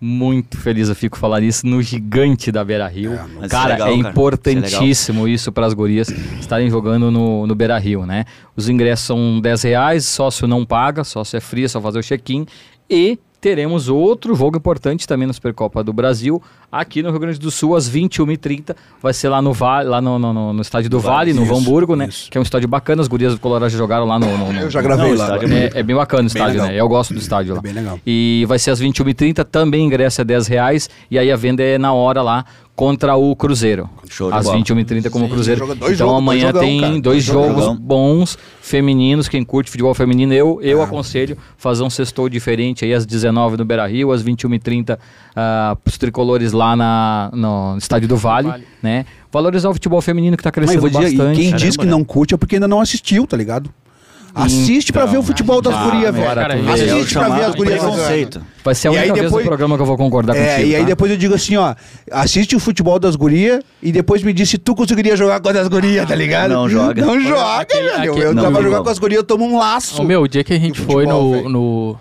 S4: muito feliz eu fico falar isso no gigante da Beira Rio.
S1: mas isso
S4: cara,
S1: é legal,
S4: é
S1: cara. Isso é
S4: importantíssimo isso para as gurias estarem jogando no, no Beira Rio, né? Os ingressos são 10 reais, sócio não paga, sócio é frio, é só fazer o check-in. E teremos outro jogo importante também na Supercopa do Brasil, aqui no Rio Grande do Sul, às 21h30. Vai ser lá no Vale, lá no, no, no- no estádio do Vale, no
S3: Isso,
S4: Hamburgo, né?
S3: isso.
S4: Que é um estádio bacana, as gurias do Colorado já jogaram lá no. no- no-
S3: Eu já gravei
S1: Não,
S3: lá.
S1: estádio
S3: agora.
S4: é, é bem bacana o estádio,
S3: legal.
S4: né? Eu gosto do estádio lá.
S3: É bem legal.
S4: E vai ser às 21h30, também ingresso é 10 reais, e aí a venda é na hora lá contra o Cruzeiro.
S1: Show de
S4: às
S1: bola.
S4: 21h30 como
S2: Sim.
S4: Cruzeiro.
S3: Joga dois
S4: então
S3: jogos,
S4: amanhã
S3: dois jogão,
S4: tem
S3: cara.
S4: dois,
S3: Dois
S4: jogos
S1: jogão.
S4: bons femininos. Quem curte futebol feminino, eu,
S3: Ah.
S4: eu aconselho fazer um sextou diferente aí às 19 no Beira Rio, às 21h30 ah, pros tricolores lá na, no estádio do Vale,
S2: Vale.
S4: né? Valorizar o futebol feminino que tá
S3: Mas eu
S4: crescendo
S3: vou dizer, e
S4: bastante.
S3: quem
S1: Caramba,
S3: diz que
S1: né?
S3: não curte é porque ainda não assistiu, tá ligado? Assiste pra
S4: Então,
S3: ver o futebol das
S4: ah,
S3: gurias,
S4: agora
S3: velho.
S4: tu vê.
S1: É o
S3: Assiste pra ver
S1: chamado
S3: as gurias jogando.
S1: preconceito.
S4: Vai ser a
S3: E aí
S4: única vez
S3: depois-
S4: do programa que eu vou concordar
S3: É,
S4: contigo.
S3: e aí
S4: tá?
S3: depois eu digo assim, ó, assiste o futebol das gurias e depois me diz se tu conseguiria jogar com as gurias, tá ligado?
S1: Não joga.
S3: Não joga,
S2: Aquele-
S3: velho.
S2: aquele-
S3: eu
S1: Não
S3: tava
S1: tem
S3: jogando
S1: como.
S3: com as gurias, eu tomo um laço.
S2: Ô, meu, o dia que a gente
S3: Do
S2: foi
S3: futebol,
S2: no,
S3: velho.
S2: no.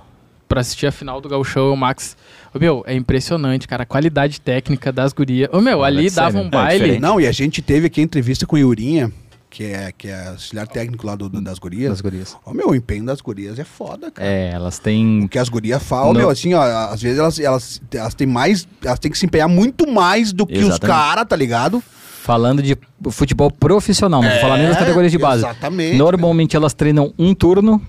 S2: pra assistir a final do Gauchão, o Max. Ô, meu, é impressionante, cara. A qualidade técnica das gurias. Ô, meu,
S4: Ah,
S2: ali
S4: deve ser,
S2: dava
S4: né?
S2: um
S4: É,
S2: baile.
S1: diferente.
S3: Não, e a gente teve aqui a entrevista com o Iurinha, que é, que é auxiliar técnico lá do, do- das
S4: Das
S3: gurias.
S4: gurias.
S3: Ó, meu, o empenho das gurias é foda, cara.
S4: É, elas têm
S3: Porque as gurias falam,
S4: Não.
S3: meu, assim, ó, às vezes elas, elas, elas têm mais, elas têm que se empenhar muito mais do que os
S1: Exatamente.
S3: caras, tá ligado? É,
S4: Falando de futebol profissional, não vou falar nem das categorias de base. é
S3: exatamente,
S4: Normalmente elas treinam um turno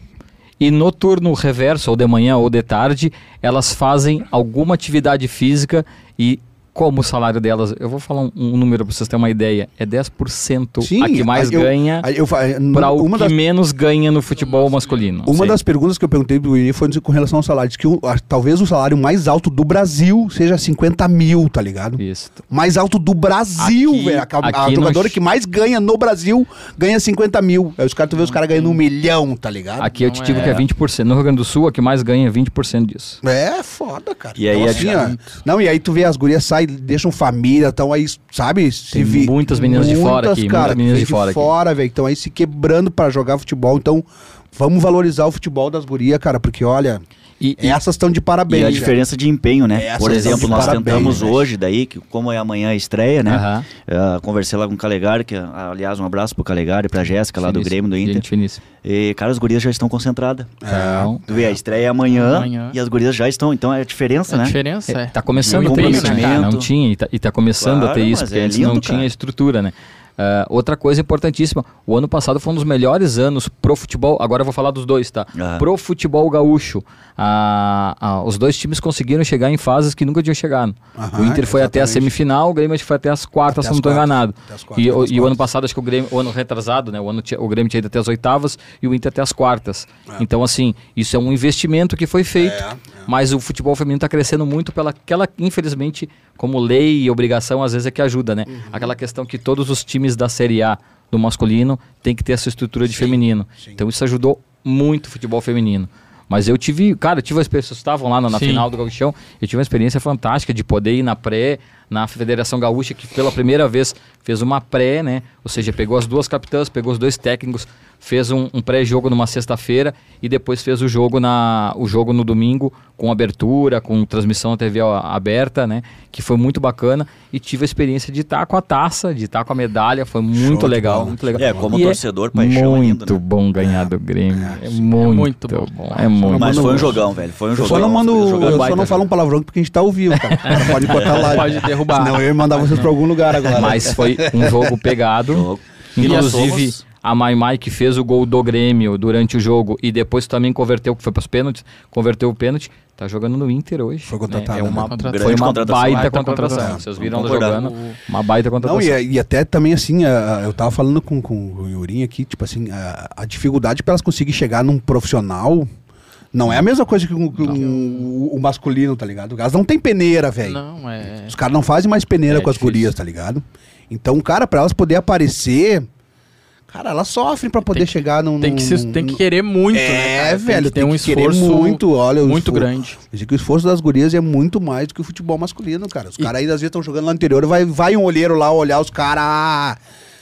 S4: e no turno reverso, ou de manhã ou de tarde, elas fazem alguma atividade física e como o salário delas, eu vou falar um, um número para vocês terem uma ideia, é 10% a que mais
S3: eu-
S4: ganha
S3: aí eu fa-
S4: para o
S3: uma
S4: que
S3: das,
S4: menos ganha no futebol masculino.
S3: uma
S4: Sim.
S3: das perguntas que eu perguntei pro Iurinha foi com relação ao salário. Diz que o- a- talvez o salário mais alto do Brasil seja 50 mil, tá ligado?
S4: Isso.
S3: Mais alto do Brasil,
S4: Aqui-
S3: velho. A, ca- a
S4: aqui no
S3: jogadora
S4: Ch-
S3: que mais ganha no Brasil ganha 50 mil. Aí os caras, tu vê os caras ganhando um milhão, tá ligado?
S4: Aqui eu
S2: Não
S4: te digo
S2: é-
S4: que é 20%. No Rio Grande do Sul, a que mais ganha é 20% disso.
S3: É foda, cara.
S1: E aí é
S3: assim, ó, Não, e aí tu vê as gurias saem, deixam família, estão aí, sabe? Se
S4: Tem muitas meninas de fora aqui, muitas meninas
S3: vem
S4: de fora aqui.
S3: fora, velho, estão aí se quebrando pra jogar futebol. Então, vamos valorizar o futebol das gurias, cara, porque olha,
S4: E, e-
S3: essas estão de
S1: E
S3: parabéns.
S1: a
S3: velho.
S1: diferença de empenho, né?
S3: É,
S1: Por
S3: essas
S1: exemplo,
S3: são de
S1: nós
S3: parabéns,
S1: tentamos
S3: né?
S1: hoje, daí, que como é amanhã a estreia, né?
S4: Aham.
S1: Ah, conversei lá com o Calegari, que ah, aliás, um abraço pro Calegari, pra Jéssica lá do
S4: Finíssimo.
S1: Grêmio, do Inter.
S4: Gente finíssima.
S1: E, cara, as gurias já estão concentradas.
S3: É.
S4: Então,
S1: Tu vê, a estreia é amanhã,
S2: Amanhã.
S1: e as gurias já estão, então é a diferença,
S2: A
S1: né?
S2: diferença é.
S4: É, tá começando
S2: Não
S4: a ter
S2: tem,
S4: isso, né,
S1: né,
S4: cara?
S1: cara?
S4: Não tinha, e tá, e tá começando
S1: Claro,
S4: a ter isso,
S1: mas
S4: porque
S1: é
S4: antes
S1: lindo,
S4: não
S1: cara.
S4: tinha estrutura, né? Ah, outra coisa importantíssima, o ano passado foi um dos melhores anos pro futebol, agora eu vou falar dos dois, tá?
S3: Ah.
S1: Aham.
S4: Pro futebol gaúcho, Ah, ah, os dois times conseguiram chegar em fases que nunca tinham chegado.
S3: Aham,
S4: o Inter foi até a
S3: exatamente.
S4: semifinal, o Grêmio acho que foi até as
S3: Até
S4: quartas, se eu não
S3: as
S4: estou
S3: quartas,
S4: enganado.
S3: até as quartas,
S4: E,
S3: até
S4: o-
S3: as
S4: e o ano
S3: quartas.
S4: passado, acho que o Grêmio, o ano retrasado, né? O, ano tinha- o Grêmio tinha ido até as oitavas e o Inter até as quartas.
S3: É.
S4: Então, assim, isso é um investimento que foi feito, É. mas o futebol feminino tá crescendo muito pela aquela, infelizmente, como lei e obrigação, às vezes é que ajuda, né? Aquela questão que todos os times da Série A do masculino tem que ter essa estrutura de feminino. Então, isso ajudou muito o futebol feminino. Mas eu tive, cara, eu tive as pessoas estavam lá na, na
S2: Sim.
S4: final do Gauchão, eu tive uma experiência fantástica de poder ir na pré, na Federação Gaúcha, que pela primeira vez fez uma pré, né? Ou seja, pegou as duas capitãs, pegou os dois técnicos, fez um, um pré-jogo numa sexta-feira e depois fez o jogo, na, o jogo no domingo, com abertura, com transmissão na TV a- aberta, né? Que foi muito bacana. E tive a experiência de estar com a taça, de estar com a medalha. Foi muito
S3: de
S4: legal,
S3: bola.
S4: muito legal.
S1: É, como
S4: E
S1: torcedor, paixão
S4: Muito
S1: ainda, né?
S4: bom ganhar do Grêmio. É, muito,
S2: muito
S4: bom.
S2: bom.
S4: É muito
S1: Mas
S4: bom.
S1: foi um jogão, velho. Foi um
S3: Eu
S1: jogão.
S3: só não mando.
S1: Foi um jogão.
S3: Eu só
S4: baita
S3: não falo um
S4: jogo.
S3: palavrão porque a gente tá ao vivo, cara. O cara pode botar lá.
S2: Pode derrubar.
S3: Senão eu ia mandar vocês pra algum lugar agora.
S4: Mas foi um jogo pegado.
S1: Jogo.
S4: Inclusive,
S1: Somos-
S4: a Mai Mai que fez o gol do Grêmio durante o jogo e depois também converteu, que foi para os pênaltis, converteu o pênalti, tá jogando no Inter hoje.
S3: Foi
S4: né?
S3: contratada,
S4: É uma,
S2: né?
S4: foi
S1: Grande
S4: uma
S1: contratação.
S4: baita,
S2: Baita
S4: contratação.
S2: contratação.
S4: Vocês
S1: Vamos
S4: viram ela
S1: concordar.
S4: jogando. Uma baita
S3: Não,
S4: contratação.
S3: e, e até também assim, a- a- eu tava falando com, com o Yurinho aqui, tipo assim, a, a dificuldade para elas conseguirem chegar num profissional não é a mesma coisa que, o- que o, o masculino, tá ligado? Elas não tem peneira, velho.
S2: Não, é.
S3: Os caras não fazem mais peneira
S4: É
S3: com as
S4: difícil.
S3: gurias, tá ligado? Então, cara, para elas poder aparecer, cara, elas sofrem para poder
S2: Tem que-
S3: chegar num.
S2: Tem que, se,
S3: num-
S2: tem que querer muito, né?
S3: Hum, É,
S2: cara? Tem que
S3: velho,
S2: ter um
S3: que querer
S2: esforço
S3: muito, olha, o
S2: muito
S3: esfor-
S2: grande.
S3: Eu digo que o esforço das gurias é muito mais do que o futebol masculino, cara. Os
S2: E-
S3: caras aí, às vezes, estão jogando lá no interior, vai, vai um olheiro lá olhar os caras.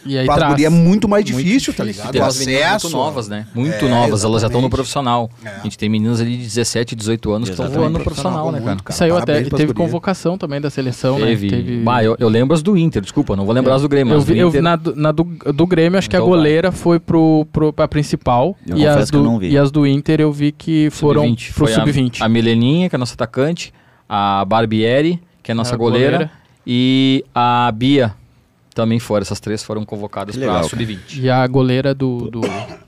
S2: E aí
S3: Pra
S2: traz.
S3: gurias é muito mais
S2: Muito
S3: difícil, tá
S2: difícil.
S3: ligado?
S4: Tem
S3: O
S4: umas meninas
S3: acesso.
S4: muito novas, né? Muito
S3: É,
S4: novas, elas já estão no
S3: exatamente.
S4: profissional.
S3: É.
S4: A gente tem meninas ali de 17, 18 anos que
S1: Exatamente.
S4: estão voando no profissional, né, cara?
S3: Muito, cara.
S2: Saiu até.
S3: Parabéns
S2: E
S3: pras
S2: teve
S3: gurias.
S2: convocação também da seleção,
S4: Teve.
S2: né? Teve... É.
S4: Bah, eu, eu lembro as do Inter, desculpa, não vou lembrar as do Grêmio.
S2: Eu
S4: mas do
S2: vi, eu vi
S4: Inter-
S2: na, do- na do, do Grêmio, acho que a
S4: Então vai.
S2: goleira foi pro, pro, pra principal.
S1: Eu
S2: e,
S1: confesso
S2: as
S1: que
S2: do,
S1: eu não vi.
S2: e as do Inter eu vi que foram
S4: Sub-20.
S2: pro
S4: Foi a-
S2: sub-20.
S4: A, Mileninha, que é a nossa atacante, a Barbieri, que é a nossa
S2: A
S4: goleira,
S2: goleira.
S4: e a Bia também foram. Essas três foram convocadas
S1: Que legal,
S4: para
S1: cara.
S4: sub-20.
S2: E a goleira do, do,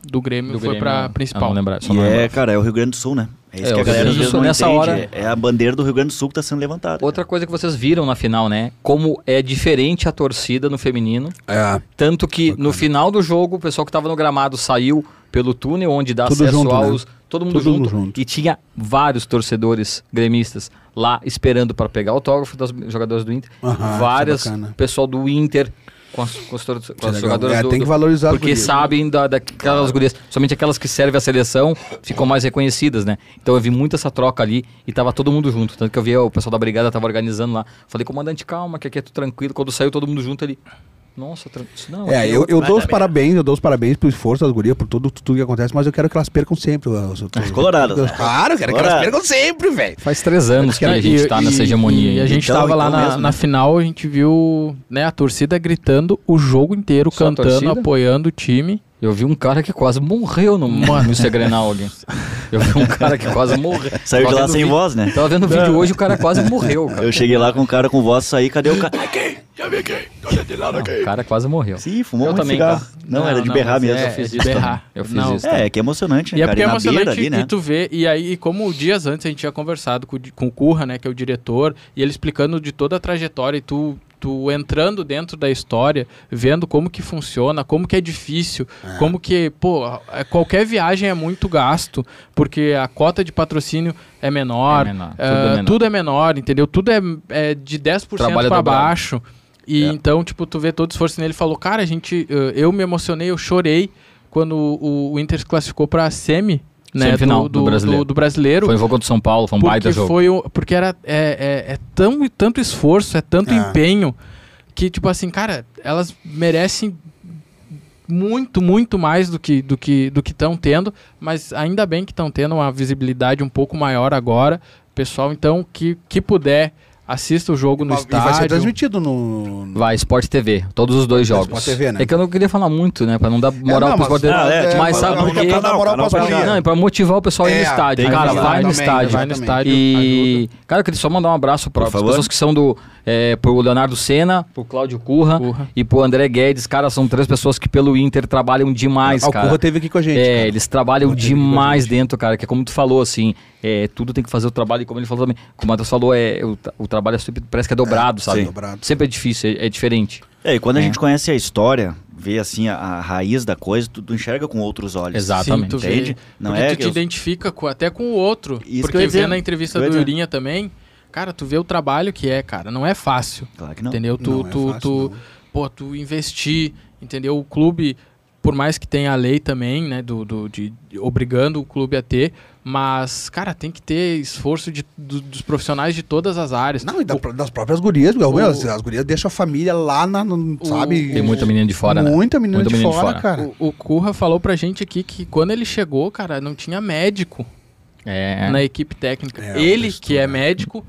S2: do Grêmio
S4: Do
S2: foi
S4: Grêmio, é.
S2: pra
S4: eu
S2: principal.
S4: Não lembrar, só
S1: E
S4: não
S1: é,
S4: lembrar.
S1: cara, é o Rio Grande do Sul, né? É
S4: É,
S1: isso que
S4: o
S1: a
S4: Rio
S1: galera
S4: Grande
S1: às
S4: do
S1: vezes
S4: Sul
S1: não
S4: nessa
S1: entende.
S4: hora-
S1: É é a bandeira do Rio Grande do Sul que tá sendo levantada.
S4: Outra coisa que vocês viram na final, né? Como é diferente a torcida no feminino.
S3: É.
S4: Tanto que no final do jogo, o pessoal que estava no gramado saiu pelo túnel onde dá
S3: Tudo
S4: acesso
S3: junto,
S4: aos.
S3: né?
S4: Todo mundo
S3: Todo
S4: junto.
S3: mundo junto.
S4: E tinha vários torcedores gremistas lá esperando para pegar autógrafo dos jogadores do Inter.
S3: Aham, isso é
S4: Várias.
S3: bacana.
S4: pessoal do Inter com as, com as tor- com as
S3: legal.
S4: jogadoras
S3: É,
S4: do,
S3: tem
S4: do-
S3: que valorizar as
S4: Porque
S3: gurias.
S4: sabem da, daquelas gurias. Somente aquelas que servem à seleção ficam mais reconhecidas, né? Então eu vi muito essa troca ali e tava todo mundo junto. Tanto que eu vi ó, o pessoal da brigada tava organizando lá. Falei, comandante, calma, que aqui é tudo tranquilo. Quando saiu todo mundo junto ali. Nossa, tran- isso não.
S3: É,
S4: aqui
S3: eu, eu
S4: outro-
S3: dou os parabéns, eu dou os parabéns pro esforço das gurias, por tudo, tudo que acontece, mas eu quero que elas percam sempre. Os, os-
S1: Coloradas, né?
S3: Claro, eu quero que elas
S1: Coloradas.
S3: percam sempre, velho.
S4: Faz três anos que a
S2: E-
S4: gente tá
S2: e-
S4: nessa hegemonia.
S2: E a
S4: aí.
S2: gente
S1: Então,
S2: tava lá
S1: então
S2: na,
S1: mesmo,
S2: na
S1: né?
S2: final, a gente viu né, a torcida gritando o jogo inteiro,
S4: Só a
S2: cantando,
S4: torcida?
S2: apoiando o time.
S4: Eu vi um cara que quase morreu no Mano, isso é Grenal, alguém. Eu vi um cara que quase morreu.
S1: Saiu de
S4: Tava
S1: lá
S4: vendo
S1: sem
S4: vi-
S1: voz, né?
S4: Tava vendo o vídeo hoje, o cara quase morreu, cara.
S1: Eu cheguei lá com o cara com voz sair, cadê o cara?
S4: Não, o cara quase morreu.
S1: Sim, fumou
S4: Eu
S1: muito
S4: também,
S1: cigarro.
S4: cara.
S1: Não, era de berrar
S2: tá. mas
S1: mesmo.
S2: É,
S4: Eu fiz
S2: é de
S4: isso
S2: berrar.
S4: também. Eu fiz
S2: Não.
S4: isso
S1: É, é que é emocionante, né,
S2: E é
S1: cara?
S2: porque
S1: E
S2: é
S1: na beira
S2: emocionante
S1: ali, né?
S2: e tu vê, e aí, e como dias antes a gente tinha conversado com, o di- com o Curra, né, que é o diretor, e ele explicando de toda a trajetória, e tu, tu entrando dentro da história, vendo como que funciona, como que é difícil, como que, pô, é- qualquer viagem é muito gasto, porque a cota de patrocínio é menor,
S4: É menor, tudo
S2: eh,
S4: é menor.
S2: tudo é menor, entendeu? Tudo é, é de 10%
S4: Trabalho
S2: para
S4: dobrado. É.
S2: baixo. E então, tipo, tu vê todo o esforço nele. Ele falou, cara, a gente, eh, eu me emocionei, eu chorei quando o, o Inter se classificou pra semi, né?
S4: Semifinal do
S2: do,
S4: brasileiro.
S2: do, do brasileiro.
S4: Foi um jogo contra o São Paulo, foi um baita
S2: porque
S4: jogo.
S2: foi o, Porque era, é, é, é tão, tanto esforço, é tanto
S3: É.
S2: empenho, que, tipo assim, cara, elas merecem muito, muito mais do que do que do que estão tendo, mas ainda bem que estão tendo uma visibilidade um pouco maior agora. Pessoal, então, que, que puder, assista o jogo no
S3: E vai ser
S2: estádio.
S3: transmitido no. no-
S4: Vai, Sport TV, todos os dois jogos.
S3: Sport TV, né?
S4: É que eu não queria falar muito, né? Pra não dar moral
S3: não,
S4: pro
S3: mas-
S4: Sport TV.
S1: Ah, é,
S4: mas
S1: tipo,
S4: sabe
S1: não,
S4: por
S1: não,
S4: quê?
S1: não, não,
S3: Moral
S1: não,
S3: pras
S1: não,
S3: gurias.
S4: Não, é pra motivar o pessoal a ir no
S3: É,
S4: estádio.
S1: tem que
S4: Cara,
S1: fazer.
S4: vai no
S3: Exatamente,
S4: estádio.
S2: Vai no
S3: Exatamente.
S2: estádio, ajuda.
S4: E, cara, eu queria só mandar um abraço para
S1: Por
S4: as
S1: favor.
S4: pessoas que são do. É, pro Leonardo Senna, pro Cláudio Curra,
S2: Curra.
S4: e pro André Guedes. Cara, são três pessoas que pelo Inter trabalham demais,
S3: Ah, o
S4: cara.
S3: Curra teve aqui com a gente.
S4: é,
S3: cara.
S4: eles trabalham
S3: Curra teve aqui com a
S4: demais
S3: gente.
S4: dentro, cara. Que é como tu falou, assim, é, tudo tem que fazer o trabalho. E como ele falou também, como o Matheus falou, é, o, tra- o trabalho é sempre, parece que é dobrado, sabe?
S3: sim. Dobrado.
S4: Sempre é difícil, é, é diferente.
S1: É, e quando a
S4: É.
S1: gente conhece a história, vê assim a, a raiz da coisa, tu, tu enxerga com outros olhos.
S4: Exato. Exatamente.
S2: Sim, tu
S1: Entende?
S2: vê.
S1: Não
S2: porque
S1: é
S2: tu
S1: que
S2: te
S1: eu-
S2: identifica com- até com o outro.
S1: Isso que eu
S2: porque
S1: ia
S2: vê
S1: dizer.
S2: na entrevista
S1: Eu ia
S2: do
S1: dizer.
S2: Urinha também, cara, tu vê o trabalho que é, cara. Não é fácil.
S1: Claro que não.
S2: Entendeu? Tu,
S3: Não é
S2: tu,
S3: fácil,
S2: tu,
S3: não.
S2: pô, tu investir, entendeu? O clube. por mais que tenha a lei também, né, do, do- de, de- obrigando o clube a ter, mas, cara, tem que ter esforço de, do- dos profissionais de todas as áreas.
S3: Não, e da- das próprias gurias, meu,
S2: o-
S3: as, as gurias deixam a família lá na, no- sabe?
S4: Tem muita menina de fora, né?
S3: Muita menina
S4: Muita
S3: de
S4: menina de
S3: fora,
S4: fora.
S3: cara.
S2: O, o Curra falou pra gente aqui que quando ele chegou, cara, não tinha médico
S4: É.
S2: na equipe técnica.
S3: É,
S2: ele,
S3: isso,
S2: que é médico,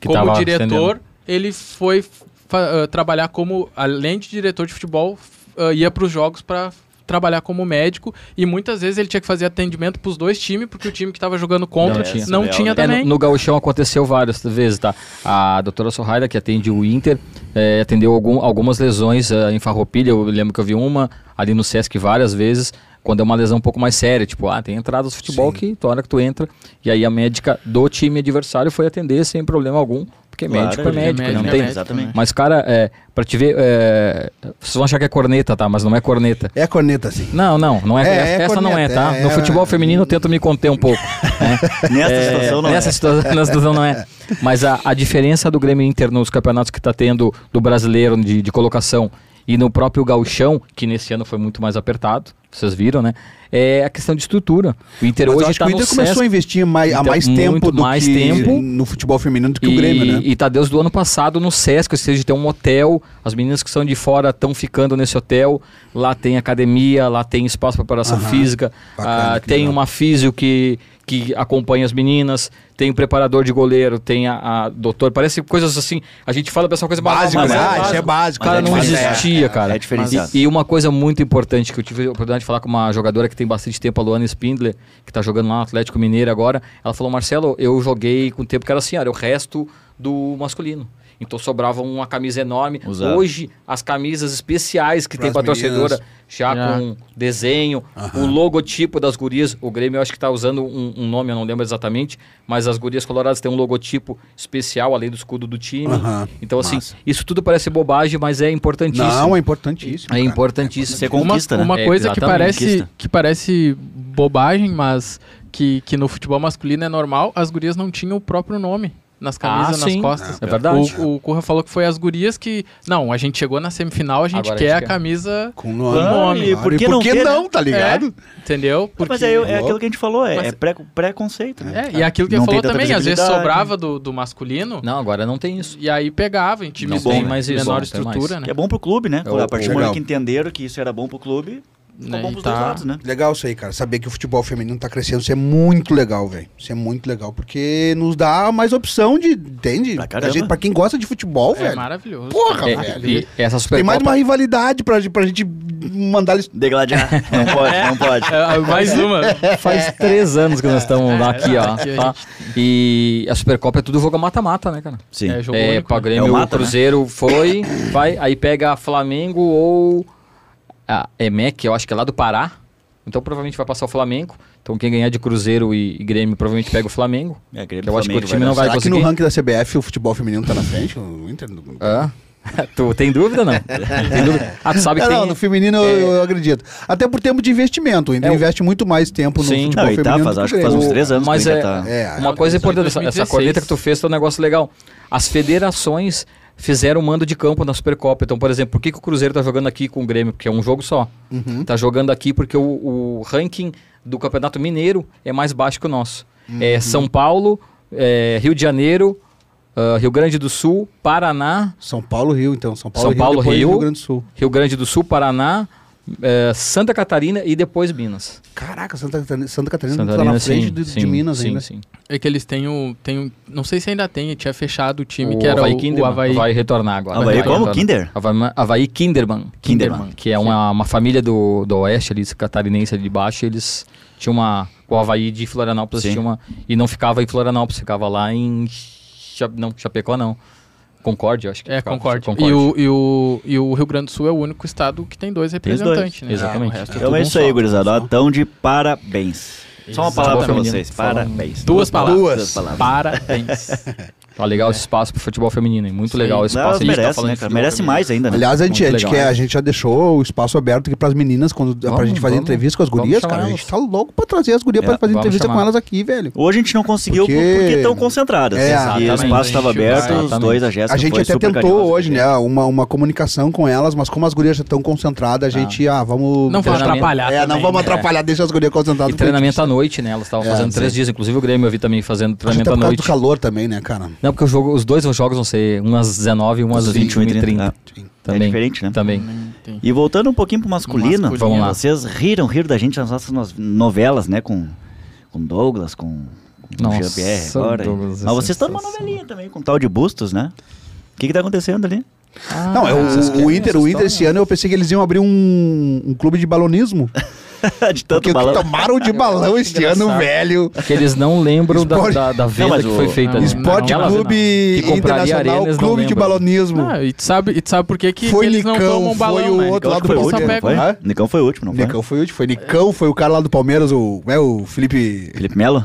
S4: Que
S2: como
S4: tava
S2: diretor,
S4: atendendo.
S2: ele foi fa- ah, trabalhar como, além de diretor de futebol, ah, ia para os jogos para trabalhar como médico e muitas vezes ele tinha que fazer atendimento para os dois times, porque o time que estava jogando contra não
S4: Não
S2: tinha,
S4: tinha.
S1: É,
S4: É,
S2: também.
S4: no, no Gauchão aconteceu várias vezes, tá? A doutora Sorraida, que atende o Inter, é, atendeu algum- algumas lesões é, em Farroupilha, eu lembro que eu vi uma ali no Sesc várias vezes, quando é uma lesão um pouco mais séria, tipo, ah, tem entradas de futebol
S3: Sim.
S4: que tu hora que tu entra, e aí a médica do time adversário foi atender sem problema algum, porque
S1: Claro,
S4: médico é
S1: ele é
S4: médico,
S1: médico,
S4: não
S1: é
S4: tem...
S1: médico, exatamente.
S2: né?
S4: Mas, cara, é, pra te ver, é, vocês vão achar que é corneta, tá? Mas não é corneta.
S3: É corneta, assim.
S4: Não, não, não é.
S3: É, é
S4: essa não é,
S3: corneta,
S4: tá?
S3: é-
S4: no futebol feminino eu tento me conter um pouco. né?
S1: Nessa
S4: É,
S1: situação não
S4: nessa
S1: é.
S4: Situação, nessa situação não é. Mas a, a diferença do Grêmio Inter nos campeonatos que está tendo do brasileiro de, de colocação e no próprio gauchão, que nesse ano foi muito mais apertado, vocês viram, né? É a questão de estrutura. O Inter
S3: Mas eu
S4: hoje
S3: acho que
S4: está
S3: o
S4: no
S3: Inter começou
S4: sexto
S3: a investir mais, há
S4: Então,
S3: mais
S4: muito
S3: tempo do
S4: mais
S3: que
S4: tempo.
S3: no futebol feminino do que
S4: e,
S3: o Grêmio, né?
S4: e Tadeus do ano passado no Sesc, ou seja, tem um hotel, as meninas que são de fora estão ficando nesse hotel, lá tem academia, lá tem espaço para preparação
S3: Aham.
S4: física,
S3: Bacana,
S4: ah,
S3: que
S4: tem
S3: legal.
S4: uma físio que, que acompanha as meninas, tem o preparador de goleiro, tem a, a doutor, parece coisas assim, a gente fala pra essa coisa
S3: Básico,
S4: mas
S1: né? Ah,
S4: básico.
S1: isso é
S3: básico,
S4: Cara,
S1: mas é
S4: não
S1: diferente.
S4: existia, cara.
S1: É diferenciado.
S4: E, e uma coisa muito importante que eu tive a oportunidade de falar com uma jogadora que tem bastante tempo, a Luana Spindler, que tá jogando lá no Atlético Mineiro agora. Ela falou: Marcelo, eu joguei com o tempo que era assim, era o resto do masculino. Então sobrava uma camisa enorme.
S1: Usado.
S4: Hoje, as camisas especiais que tem
S3: Pras
S4: pra torcedora,
S3: meninas.
S4: já
S2: Já.
S4: com desenho, o logotipo das gurias. O Grêmio, eu acho que tá usando um, um nome, eu não lembro exatamente, mas as gurias coloradas têm um logotipo especial, além do escudo do time.
S3: Aham,
S4: Então, assim,
S1: massa.
S4: isso tudo parece bobagem, mas é importantíssimo.
S3: Não, é importantíssimo.
S4: É
S3: cara.
S4: importantíssimo.
S1: Você
S2: Uma,
S1: conquista, né?
S2: uma
S4: É,
S2: coisa que
S4: exatamente,
S2: parece,
S1: conquista.
S2: que parece bobagem, mas que, que no futebol masculino é normal, as gurias não tinham o próprio nome nas
S4: Ah,
S2: camisas, nas
S4: sim.
S2: costas.
S4: É verdade.
S2: O, o Curra falou que foi as gurias que. Não, a gente chegou na semifinal, a gente
S4: Agora a
S2: quer
S4: gente
S2: a
S4: quer.
S2: camisa.
S3: Com nome.
S1: Ah, e
S3: claro.
S1: por que não ter,
S3: não,
S1: né?
S3: tá ligado?
S2: Entendeu? Porque...
S1: Mas é, é aquilo que a gente falou, é,
S2: Mas-
S1: é pré- preconceito, né?
S2: É, e aquilo que eu
S1: Não tem
S2: falou
S1: tanta
S2: também, às vezes
S1: visibilidade.
S2: sobrava do, do masculino
S4: Não, agora não tem isso.
S2: e aí pegava em
S4: Não
S2: times
S1: tem
S2: bem
S4: mais
S2: mais
S4: isso,
S2: menor
S4: não tem
S2: estrutura, né?
S1: Que é bom pro clube, né?
S4: É o-
S1: a partir do
S3: o-
S1: momento
S3: legal.
S1: que entenderam que isso era bom pro clube, ficou
S2: Né,
S1: bom
S2: e
S1: pros
S2: tá-
S1: dois lados, né?
S3: Legal isso aí, cara. Saber que o futebol feminino tá crescendo, isso é muito legal, velho. Isso é muito legal, porque nos dá mais opção de. Entende?
S1: Pra
S3: Pra,
S1: caramba.
S3: gente, pra quem gosta de futebol,
S2: É
S3: velho.
S2: maravilhoso.
S3: Porra,
S4: É,
S3: velho.
S4: e essa
S3: Tem mais de uma
S4: Supercopa,
S3: rivalidade pra, pra gente mandar eles.
S1: Degladiar. Não pode, não pode.
S2: É, mais uma.
S4: faz três anos que nós estamos lá aqui, ó.
S2: É. aqui a
S4: tá? E a Supercopa é tudo jogo mata-mata, né, cara?
S1: Sim.
S2: É, jogo
S4: É,
S2: único,
S4: pra
S2: né?
S4: Grêmio,
S1: É o
S4: o,
S1: mata, né?
S4: Cruzeiro foi, vai, aí pega Flamengo ou a EMEC, eu acho que é lá do Pará. Então provavelmente vai passar o Flamengo. Então quem ganhar de Cruzeiro e, e Grêmio provavelmente pega o Flamengo.
S1: É, Grêmio
S4: Eu acho que o
S1: Flamengo
S4: time
S1: vai
S4: não
S1: dar
S4: vai
S3: Será que
S4: conseguir. É.
S3: no ranking da CBF o futebol feminino tá na frente? O Inter. Não,
S4: Hã? tu tem dúvida, não? Tem dúvida? Ah, tu sabe que
S3: não,
S4: tem...
S3: É, não, no feminino eu, eu acredito. Até por tempo de investimento. O Inter
S4: É, o-
S3: investe muito mais tempo no
S4: Sim.
S3: futebol
S1: Não, e tá,
S3: feminino.
S1: faz,
S3: do
S1: acho
S3: o
S1: que faz
S3: Grêmio.
S1: uns três anos
S4: Mas
S1: que o Inter
S4: é-
S1: tá...
S3: É,
S4: Uma coisa importante, essa, essa
S2: 2016.
S4: corneta que tu fez é um negócio legal. As federações fizeram um mando de campo na Supercopa. Então, por exemplo, por que, que o Cruzeiro tá jogando aqui com o Grêmio? Porque é um jogo só.
S3: Uhum.
S4: Tá jogando aqui porque o, o ranking do Campeonato Mineiro é mais baixo que o nosso.
S3: Uhum.
S4: É São Paulo, é Rio de Janeiro, ah, Rio Grande do Sul, Paraná,
S3: São Paulo, Rio, então. São Paulo,
S4: São Paulo,
S3: depois
S4: Rio.
S3: Rio Grande do Sul.
S4: Rio Grande do Sul, Paraná, eh, Santa Catarina e depois Minas.
S3: Caraca, Santa Catarina, Santa Catarina tá na frente de, de Minas
S4: sim,
S3: ainda.
S4: Sim.
S2: É que eles têm o, têm o- Não sei se ainda tem, tinha fechado o time que
S4: O
S2: era
S4: Avaí
S2: o,
S4: Kinderman
S2: o Havaí.
S4: vai retornar agora.
S1: Havaí
S4: Vai
S1: como?
S4: retornar.
S1: Kinder?
S4: Havaí, Havaí Kinderman.
S1: Kinderman.
S4: Que é uma, uma família do, do oeste ali, catarinense ali de baixo. Eles tinham uma... O Havaí de Florianópolis
S1: Sim.
S4: tinha uma... E não ficava em Florianópolis, ficava lá em... Cha- Não, Chapecó não. Concórdia, acho que.
S2: É,
S4: ficava.
S2: concorde.
S4: Concórdia.
S2: E, o, e, o, e o Rio Grande do Sul é o único estado que tem dois
S1: Tem os dois,
S2: representantes, né?
S4: exatamente.
S2: O resto
S1: Então
S2: tudo
S1: é
S2: um
S1: isso
S2: só.
S1: aí, gurizada. Ó, Então de parabéns. Só uma palavra pra
S4: Exatamente.
S1: vocês.
S4: Falando.
S1: Parabéns.
S2: Duas palavras.
S3: Duas.
S1: Duas palavras.
S2: Parabéns.
S4: Tá legal esse espaço pro futebol feminino, hein? Muito
S2: Sim.
S4: legal esse espaço.
S1: Elas
S4: A gente tá
S1: merecem,
S4: falando
S1: né,
S4: de
S1: cara?
S4: futebol
S1: Merece
S4: feminino.
S1: mais ainda, né?
S3: Aliás, a gente,
S4: Muito
S3: a gente
S4: legal,
S3: quer-
S4: né?
S3: a gente já deixou o espaço aberto aqui pras meninas, quando, pra
S4: Vamos,
S3: gente fazer
S4: vamos.
S3: entrevista com as
S4: Vamos
S3: gurias,
S4: chamar
S3: cara. A
S4: elas.
S3: gente tá louco pra trazer as gurias pra
S1: É,
S3: fazer
S4: vamos
S3: entrevista com
S4: chamar.
S3: elas aqui, velho.
S1: Hoje a gente não conseguiu
S3: Porque-
S1: porque, estão concentradas.
S3: É,
S1: e assim, o
S4: exatamente.
S1: espaço estava aberto, os
S4: Exatamente.
S1: dois, a Jéssica
S3: A gente
S1: foi
S3: até
S1: super
S3: tentou
S1: carinhosa.
S3: hoje, né, uma, uma comunicação com elas, mas como as gurias já estão concentradas, a gente, ah, vamos...
S2: Não vamos
S4: Treinamento.
S2: atrapalhar.
S3: É, não
S2: também,
S3: vamos
S2: né?
S3: atrapalhar, deixa as gurias concentradas.
S4: E treinamento à noite, né? Elas estavam fazendo três dias, inclusive o Grêmio eu vi também fazendo
S3: Acho que
S4: treinamento
S3: até
S4: à
S3: por causa do
S4: noite.
S3: calor também, né, cara?
S4: Não, porque o jogo, os dois jogos vão ser um às 19 e um às 21 e 30.
S3: Sim.
S1: É
S4: Também.
S1: diferente, né?
S4: Também.
S2: Tem.
S1: E voltando um pouquinho pro masculino,
S2: Masculino. Vamos
S4: lá.
S1: vocês riram, riram da gente nas nossas nos- novelas, né? Com, com Douglas, com, com
S4: Nossa,
S1: Jean-Pierre agora.
S4: Douglas, é
S1: Mas vocês estão numa
S4: sensacional.
S1: novelinha também, com tal de Bustos, né? O que que tá acontecendo ali?
S4: Ah,
S3: Não, é o, o Inter, o Inter esse ano eu pensei que eles iam abrir um, um clube de balonismo.
S1: de tanto
S3: Porque o que tá
S1: balão.
S3: tomaram de balão este ano, velho.
S4: É Que eles não lembram da,
S3: Esporte-
S4: da, da venda
S1: Não, mas
S4: que
S1: o-
S4: foi feita.
S2: Não,
S4: né?
S3: Esporte
S4: Aquela-
S3: Clube
S4: Que compraria
S3: Internacional,
S4: arenas, não
S3: Clube de
S4: lembro.
S3: Balonismo.
S2: Ah, e tu sabe, e tu sabe por que, que
S3: Foi
S2: eles não
S3: Nicão,
S2: tomam balão,
S3: foi o
S2: né?
S3: outro
S2: Nicão,
S3: lá
S1: Acho que
S3: do
S1: foi o
S2: porque
S3: Bolsonaro,
S2: só
S1: último, não
S2: pega-
S1: foi?
S3: Hã?
S1: Nicão foi o último, não foi?
S3: Nicão foi o último, foi Nicão, foi o cara lá do Palmeiras, o, é, o Felipe
S1: Felipe Melo?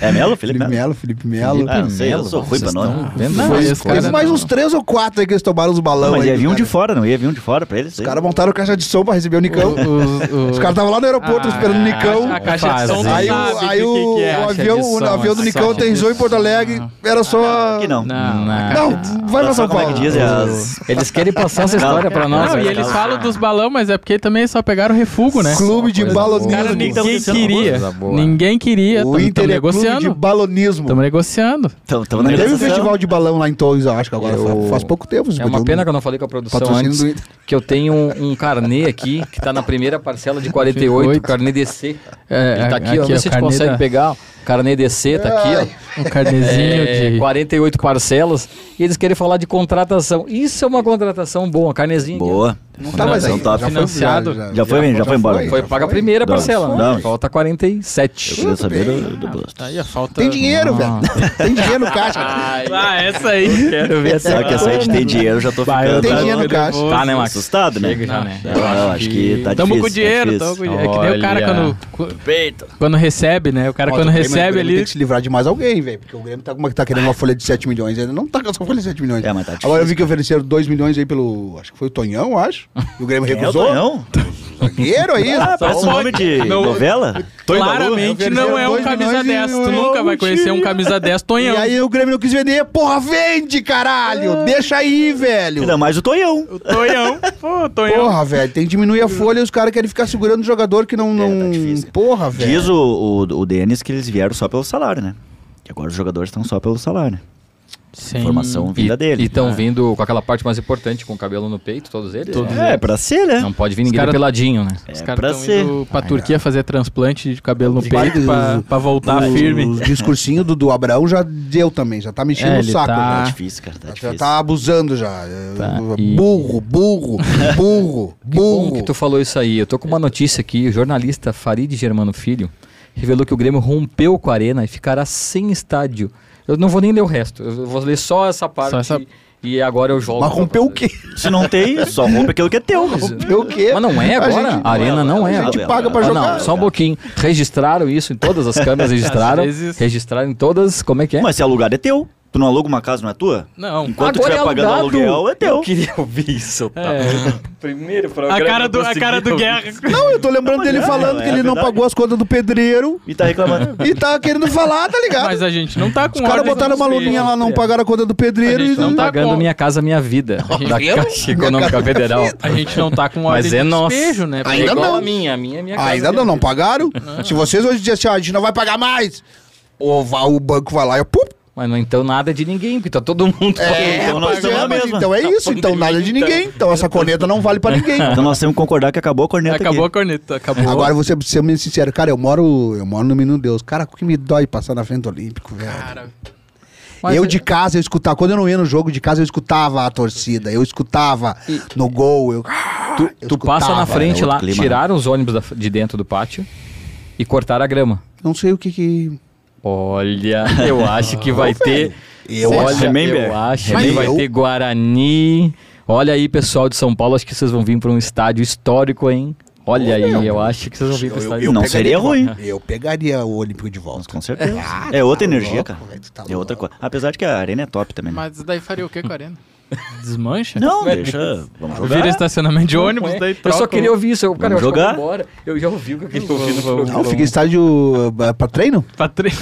S1: É Melo? Felipe
S3: Felipe
S1: Melo?
S3: Melo, Felipe Melo.
S1: Ah, não sei, eu
S4: Melo,
S1: sou ruim pra
S4: vocês
S1: nós.
S4: estão vendo?
S2: Não,
S4: Foi
S2: esse
S4: isso,
S2: cara
S3: Teve
S4: cara.
S3: mais
S2: não.
S3: uns três ou quatro aí que eles tomaram os balão.
S1: Mas
S3: aí,
S1: ia vir um de
S3: cara.
S1: fora, não ia vir um de fora pra eles?
S3: Os caras montaram caixa de som pra receber o
S2: O-
S3: Nicão.
S2: o-
S3: Os caras estavam lá no aeroporto
S2: Ah,
S3: esperando o Nicão.
S2: A caixa de som
S4: Fazem.
S3: Aí,
S2: aí,
S3: o-
S2: sabe
S3: aí
S2: o que,
S3: o,
S2: que é.
S3: o
S4: Caixa
S3: avião,
S4: de
S3: o
S4: som,
S3: avião do
S4: caixa
S3: Nicão
S4: de
S3: tem
S4: som.
S3: em Porto Alegre,
S2: Ah.
S3: era só.
S1: Que não.
S2: Não, a
S4: Não.
S2: caixa-
S3: Não, vai pra São
S1: como é
S3: Paulo.
S1: que diz? É as-
S4: Eles querem passar essa história pra nós.
S2: Não, e
S4: né?
S2: eles falam dos balão, mas é porque também só pegaram refúgio, né?
S3: Clube de
S4: Coisa
S3: balonismo.
S4: boa.
S2: Cara,
S1: nem tão
S2: ninguém
S1: acontecendo
S2: queria.
S4: coisa boa.
S2: Ninguém queria.
S3: O
S2: Estamos
S3: Inter é clube de
S2: negociando.
S3: balonismo.
S2: Estamos negociando.
S1: Tão, tão na
S3: Teve um
S1: negociação.
S3: festival de balão lá em Torres, eu acho que agora
S4: Eu-
S3: faz- faz pouco tempo.
S4: É uma pena que eu não falei com a produção
S3: Patrocínio
S4: antes,
S3: do Inter.
S4: que eu tenho um, um carnê aqui, que tá na primeira parcela de 48,
S2: 48.
S4: carnê DC.
S2: É,
S4: Ele tá aqui,
S2: aqui,
S4: ó, vê
S2: ó,
S4: se a gente
S2: carnê
S4: consegue
S2: da-
S4: pegar. ó. Carnê DC tá aqui, ó.
S2: Um carnezinho
S4: É,
S2: de...
S4: 48 parcelas. E eles querem falar de contratação. Isso é uma contratação boa, carnezinho. aqui, ó.
S1: Boa.
S3: Não tá mais aí.
S1: Então tá
S3: já foi-
S2: financiado.
S1: Já foi, já foi embora.
S4: Foi paga a primeira
S1: Não,
S4: parcela, né?
S1: não.
S4: Falta 47.
S1: Queria saber do, do Bustos.
S2: Aí a falta...
S3: Tem dinheiro,
S4: Ah.
S3: velho. Tem dinheiro no caixa.
S2: Ah, essa aí. Quero
S3: Tá
S2: ver
S1: Só que essa aí de tem dinheiro, eu já tô
S4: Vai, eu
S1: ficando.
S3: Tem
S4: Tá
S3: dinheiro no
S4: bom,
S3: caixa.
S4: Tá, né, Max?
S1: assustado, né?
S4: Chega já, né?
S1: Não, eu acho que tá
S2: tamo
S1: difícil.
S2: com dinheiro,
S1: tá
S2: tamo com
S1: difícil.
S2: dinheiro. É que nem o cara
S4: Olha.
S2: quando, cu- quando recebe, né? O cara quando recebe
S3: Ele tem
S2: ali...
S3: que se livrar de mais alguém, velho. Porque o Grêmio tá, como é que tá querendo uma folha de 7 milhões. Ele não tá com essa folha de 7 milhões.
S1: É, mas tá difícil,
S3: Agora eu vi que ofereceram 2 milhões aí pelo. Acho que foi o Tonhão, eu acho. E o Grêmio
S1: Quem é o
S3: recusou. é
S1: Tonhão?
S3: Zagueiro aí.
S4: Tá
S1: Ah, parece um nome de
S2: Não,
S1: novela? Tonho da Lua?
S2: Claramente
S3: eu
S2: não
S3: vejo
S2: é um
S3: dois
S2: camisa
S3: milhões e
S2: 10.
S3: um
S2: Tu nunca vai conhecer um camisa 10
S3: E
S2: Tonhão.
S3: aí o Grêmio não quis vender. Porra, vende,
S4: Ah.
S3: caralho. Deixa aí, velho.
S1: Ainda mais o Tonhão.
S2: O Tonhão. Pô, Tonhão.
S3: Porra, velho, tem que diminuir a folha e os caras querem ficar segurando o jogador que não. não...
S1: tá difícil.
S3: Porra,
S1: Diz
S3: velho.
S1: o, o, o Denis que eles vieram só pelo salário, né? Que agora os jogadores estão só pelo salário. né?
S2: Sim.
S1: Informação vinda
S4: E
S1: dele.
S4: estão vindo com aquela parte mais importante, com o cabelo no peito, todos eles.
S2: Todos
S4: né?
S1: É, pra ser, né?
S4: Não pode vir
S2: Os
S4: ninguém
S2: cara-
S4: peladinho, né?
S1: É
S2: Os
S1: pra
S2: caras
S1: ser.
S2: estão indo pra Turquia fazer transplante de cabelo no
S3: Obrigado.
S2: peito pra, pra voltar tá firme.
S3: O discursinho do, do Abraão já deu também, já tá mexendo
S2: É,
S3: no
S2: ele
S3: saco.
S2: tá-
S4: Ah.
S1: Tá
S3: né?
S1: difícil, cara. Tá
S3: Já
S1: difícil.
S3: tá abusando já. É,
S4: Tá, e-
S3: Burro, burro, burro,
S4: Bom que
S3: burro.
S4: tu falou isso aí. Eu tô com uma notícia aqui. O jornalista Farid Germano Filho revelou que o Grêmio rompeu com a arena e ficará sem estádio. Eu não vou nem ler o resto. Eu vou ler só essa parte
S2: Só essa-
S4: e agora eu jogo.
S3: Mas rompeu o quê?
S1: Se não tem, só rompe aquilo que é teu.
S3: Rompeu o quê?
S4: Mas não é
S3: A
S4: agora?
S3: gente-
S4: A arena não é.
S3: A gente
S1: Ela-
S3: paga pra
S1: ela- é
S4: Ah,
S3: jogar.
S4: não, só um pouquinho. Registraram isso em todas as câmeras, registraram.
S2: Às vezes-
S4: Registraram em todas. Como é que é?
S1: Mas se alugado é teu. Tu não aluga uma casa, não é tua?
S3: Um
S2: Não.
S1: Enquanto estiver pagando
S4: alugado.
S1: aluguel, é teu.
S4: Eu queria ouvir isso. Tá? Primeiro
S2: A
S4: programa.
S2: cara do, a
S4: conseguiu
S2: cara do
S4: ouvir.
S2: Guerra.
S3: Não, eu tô lembrando
S1: Não,
S3: dele
S1: mas é,
S3: falando
S1: é
S3: que ele não
S1: verdade.
S3: pagou as contas do pedreiro
S1: E tá reclamando.
S3: e tá querendo falar, tá ligado?
S2: Mas a gente não tá com
S3: Os caras
S2: ordem
S3: botaram uma
S2: nos
S3: luvinha lá, não pagaram a conta do pedreiro
S2: A
S3: e
S2: gente
S4: Não
S2: Não tá
S4: pagando
S2: com-
S4: Minha Casa Minha Vida.
S3: Tá
S4: Da Caixa Econômica Federal.
S2: A gente não tá com ordem
S4: Mas é
S2: de
S4: nossa.
S2: despejo, né?
S3: Ainda
S4: Igual
S3: não.
S4: A minha, a minha, é minha
S3: Ah,
S4: casa.
S3: ainda
S4: minha
S3: não, não
S4: vida.
S3: pagaram? Se vocês hoje dizem assim, ó, a gente não vai pagar mais, ou vá- o banco vai lá e eu, pum,
S4: Mas não, então nada de ninguém, porque tá todo mundo.
S1: então
S3: pois
S1: nós estamos
S3: é,
S1: na
S3: mas
S1: mesma. Tá
S3: então é isso, então nada de ninguém, então essa corneta não vale pra ninguém.
S1: Então nós temos que concordar que acabou a corneta
S2: Acabou a
S1: aqui.
S2: corneta, acabou.
S3: Agora, vou ser, ser bem sincero, cara, eu moro, eu moro no Menino Deus, cara, o que me dói passar na frente do Olímpico, velho.
S2: Cara,
S3: eu
S4: é-
S3: de casa, eu escutava, quando eu não ia no jogo de casa, eu escutava a torcida, eu escutava no gol, eu...
S4: Tu,
S3: eu
S4: tu passa
S3: escutava.
S4: na frente
S1: é outro
S4: lá,
S1: clima, né?
S4: tiraram os ônibus da- de dentro do pátio e cortaram a grama.
S3: Não sei o que que...
S4: Olha, eu acho que vai ter.
S3: Eu
S4: olha,
S3: acho-
S1: Remember?
S4: eu acho que
S3: Mas
S4: vai
S3: eu-
S4: ter Guarani. Olha aí, pessoal de São Paulo, acho que vocês vão vir para um estádio histórico, hein? Olha aí,
S3: meu.
S4: eu acho que vocês vão vir pra um cidade.
S1: eu- Não
S3: pegaria
S1: seria
S3: de volta.
S1: ruim.
S3: Eu pegaria o Olímpico de
S1: Mas
S3: volta.
S1: com certeza.
S3: Ah,
S1: é outra
S3: tá
S1: energia,
S3: louco,
S1: cara.
S3: velho, tu tá
S1: é outra
S3: louco.
S1: coisa. Apesar de que a arena é top também. Né?
S2: Mas daí faria o que com a arena? Desmancha?
S1: Não, deixa. Vamos jogar.
S2: Vira estacionamento de ônibus, daí
S4: é. eu
S2: troca
S4: só
S2: o-
S4: queria ouvir isso. Eu, cara, eu
S1: Vamos
S4: acho que eu vou
S1: jogar?
S4: embora. Eu já ouvi o que eu queria ouvir no
S3: Não,
S4: programa.
S3: fica estádio eh, pra treino?
S2: pra tre-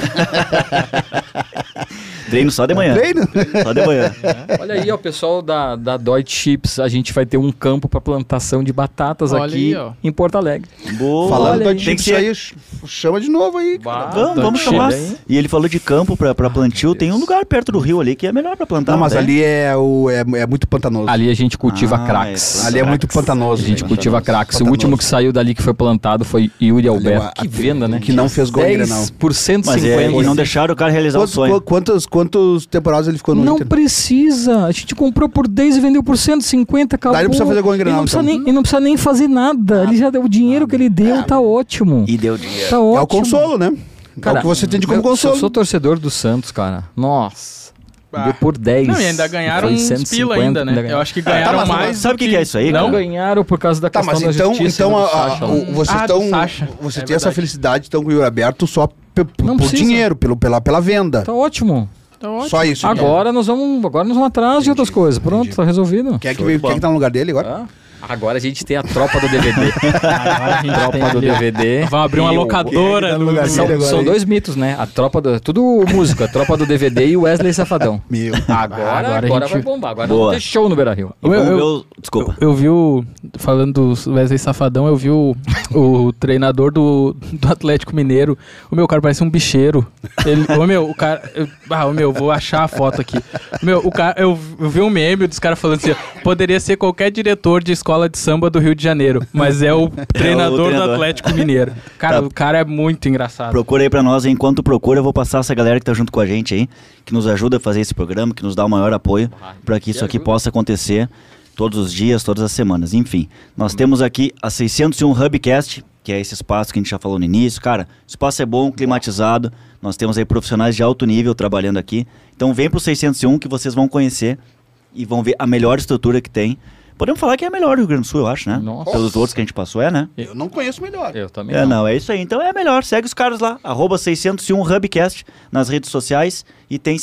S1: Treino só de manhã.
S3: Treino?
S1: Só de manhã.
S4: Olha aí, ó, o pessoal da, da Deutsche Chips, a gente vai ter um campo para plantação de batatas
S2: Olha
S4: aqui
S2: aí, ó.
S4: em Porto Alegre.
S1: Boa.
S3: Falando
S1: Olha
S3: da
S1: aí. tem que
S3: Chips
S1: ser.
S3: aí, ch- chama de novo aí. cara.
S1: Ah, Vamos, vamos
S4: Deutsche
S1: chamar.
S4: Chips, hein?
S1: E ele falou de campo pra,
S3: Ah,
S1: pra plantio. Tem um lugar perto do rio ali que é melhor pra plantar.
S3: Não, mas
S1: tem?
S3: ali é, o, é, é muito pantanoso.
S4: Ali a gente cultiva
S1: Ah,
S4: craques.
S1: é.
S3: Ali é muito
S4: A
S3: pantanoso.
S4: gente
S3: velho.
S4: cultiva
S1: Pantanoso.
S4: craques. O último que saiu dali que foi plantado foi Yuri
S3: é
S4: Alberto.
S3: uma-
S4: que venda, né?
S3: que não fez gol ainda, não.
S4: por
S1: Mas
S4: 150.
S1: é, e não deixaram o cara realizar
S3: Quantos,
S1: o sonho.
S3: qu- quantos, quantos temporadas ele ficou no
S4: Não
S3: Inter?
S4: precisa. A gente comprou por 10 e vendeu por 150, acabou.
S3: Daí não precisa fazer gol em
S4: ele
S3: Grenal,
S4: não precisa
S3: então.
S4: nem, ele não precisa nem fazer nada. Ele já deu o dinheiro que ele deu, tá ótimo.
S1: E deu dinheiro.
S4: Tá ótimo.
S3: É o consolo, né? é
S4: Cara,
S3: o que você tem de
S4: eu-
S3: como consolo.
S4: Eu sou torcedor do Santos, cara. Nossa.
S2: Ah.
S4: Deu por 10.
S2: Não, e ainda ganharam
S4: Foi
S2: uns
S4: 150,
S2: pila ainda, né? Eu
S4: ganharam.
S2: acho que ganharam
S3: mas-
S2: mais.
S1: Sabe o que, que é isso aí?
S4: Não
S1: cara?
S4: ganharam por causa da
S3: Tá,
S4: questão
S3: mas
S4: da
S3: então,
S4: justiça. né,
S3: então
S4: do
S3: a- a-
S4: Sacha lá.
S3: o- vocês
S2: Ah, do
S3: estão.
S2: Sacha.
S3: Você
S2: É
S3: tem essa
S2: verdade.
S3: felicidade de estar com o Yuri aberto só pe- pe-
S4: Não
S3: por
S4: precisa.
S3: dinheiro, pelo, pela, pela venda.
S4: Tá ótimo.
S2: Tá ótimo.
S3: Só isso. então.
S4: Agora nós vamos, agora nós vamos atrás de outras coisas. Pronto,
S3: entendi.
S4: tá resolvido.
S3: Quer que,
S1: Show
S3: veio-
S1: de bola. Ah.
S3: quer que tá no lugar dele agora?
S4: Tá? Agora a gente tem a tropa do DVD.
S2: Agora a gente tem
S4: tropa do
S2: ali, ó.
S4: DVD.
S2: Vamos abrir uma
S4: E
S3: Quem é
S4: o-
S3: que tá
S2: locadora.
S3: no
S2: no-
S3: lugar
S4: São,
S3: Agora
S4: são
S3: aí.
S4: dois mitos, né? A tropa do. Tudo músico, a tropa do DVD e o Wesley Safadão.
S3: Meu.
S4: Agora,
S2: Ah, agora a
S4: agora,
S2: gente-
S4: vai bombar. Agora
S1: Boa.
S4: não tem show no Beira Rio.
S1: E
S2: Eu-
S1: como
S2: eu-
S1: eu- Desculpa.
S2: Eu, eu vi o. Falando do Wesley Safadão, eu vi o, o treinador do, do Atlético Mineiro. O meu o cara parece um bicheiro. Ele, ô meu, o cara. Eu, ah, ô meu, vou achar a foto aqui. Meu, o cara. Eu, eu vi um meme dos caras falando assim: ó, poderia ser qualquer diretor de escola de samba do Rio de Janeiro, mas é o treinador, do
S1: treinador.
S2: Atlético Mineiro. Cara,
S1: Tá.
S2: o cara é muito engraçado.
S1: Procura aí pra nós. Enquanto procura, eu vou passar essa galera que tá junto com a gente aí, que nos ajuda a fazer esse programa, que nos dá o maior apoio pra que isso aqui possa acontecer todos os dias, todas as semanas. Enfim, nós temos aqui a 601 Hubcast, que é esse espaço que a gente já falou no início. Cara, o espaço é bom, climatizado. Nós temos aí profissionais de alto nível trabalhando aqui. Então vem pro 601 que vocês vão conhecer e vão ver a melhor estrutura que tem. Podemos falar que é a melhor do Rio Grande do Sul, eu acho, né?
S4: Nossa.
S1: Pelos outros que a gente passou, é, né?
S3: Eu não conheço melhor.
S4: Eu também.
S1: É, não, é isso aí. Então é melhor. Segue os caras lá, arroba 601 Hubcast nas redes sociais e um tem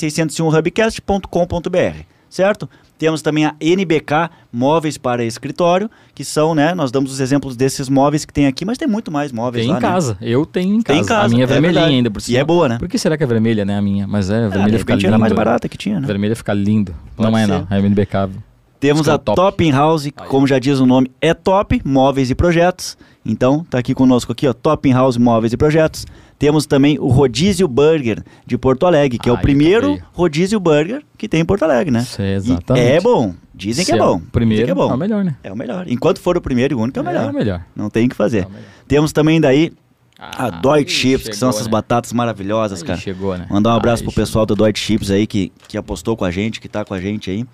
S1: 601hubcast.com.br, certo? Temos também a NBK Móveis para Escritório, que são, né, nós damos os exemplos desses móveis que tem aqui, mas tem muito mais móveis
S4: Tem
S1: lá, né?
S4: em casa. Eu tenho em
S1: Tem em
S4: casa. A
S1: casa,
S4: minha é
S1: é
S4: vermelhinha
S1: verdade.
S4: ainda por
S1: né? E
S4: cima.
S1: é boa, né?
S4: Por que será que é vermelha, né? A minha. Mas é, a
S1: Ah, de
S4: vermelha fica
S1: repente
S4: linda.
S1: era mais
S4: né?
S1: barata que tinha, né?
S4: Vermelha fica lindo. não
S1: Pode
S4: é,
S1: ser.
S4: não. É impecável.
S1: Temos a
S4: Isso que é
S1: Top.
S4: o top.
S1: In House, que, como já diz o nome, é top, móveis e projetos. Então, tá aqui conosco aqui, ó, Top In House, móveis e projetos. Temos também o Rodízio Burger de Porto Alegre, que é
S4: Ah,
S1: o
S4: eu
S1: primeiro
S4: também.
S1: rodízio burger que tem em Porto Alegre, né?
S4: Isso é
S1: E
S4: exatamente.
S1: É bom. Dizem que é
S4: Se
S1: bom.
S4: o Primeiro
S1: Dizem que é bom.
S4: o melhor, né?
S1: É o melhor. Enquanto for o primeiro e o único, é o melhor.
S4: É o melhor.
S1: Não tem o que fazer.
S4: É o melhor.
S1: Temos também daí a
S4: Ah,
S1: Deutsche
S4: aí
S1: Chips, que são
S4: chegou,
S1: essas
S4: né?
S1: batatas maravilhosas,
S4: Aí
S1: cara.
S4: Chegou, né?
S1: Mandar um abraço
S4: Aí
S1: pro pessoal do Deutsche Chips aí que, que apostou com a gente, que tá com a gente aí.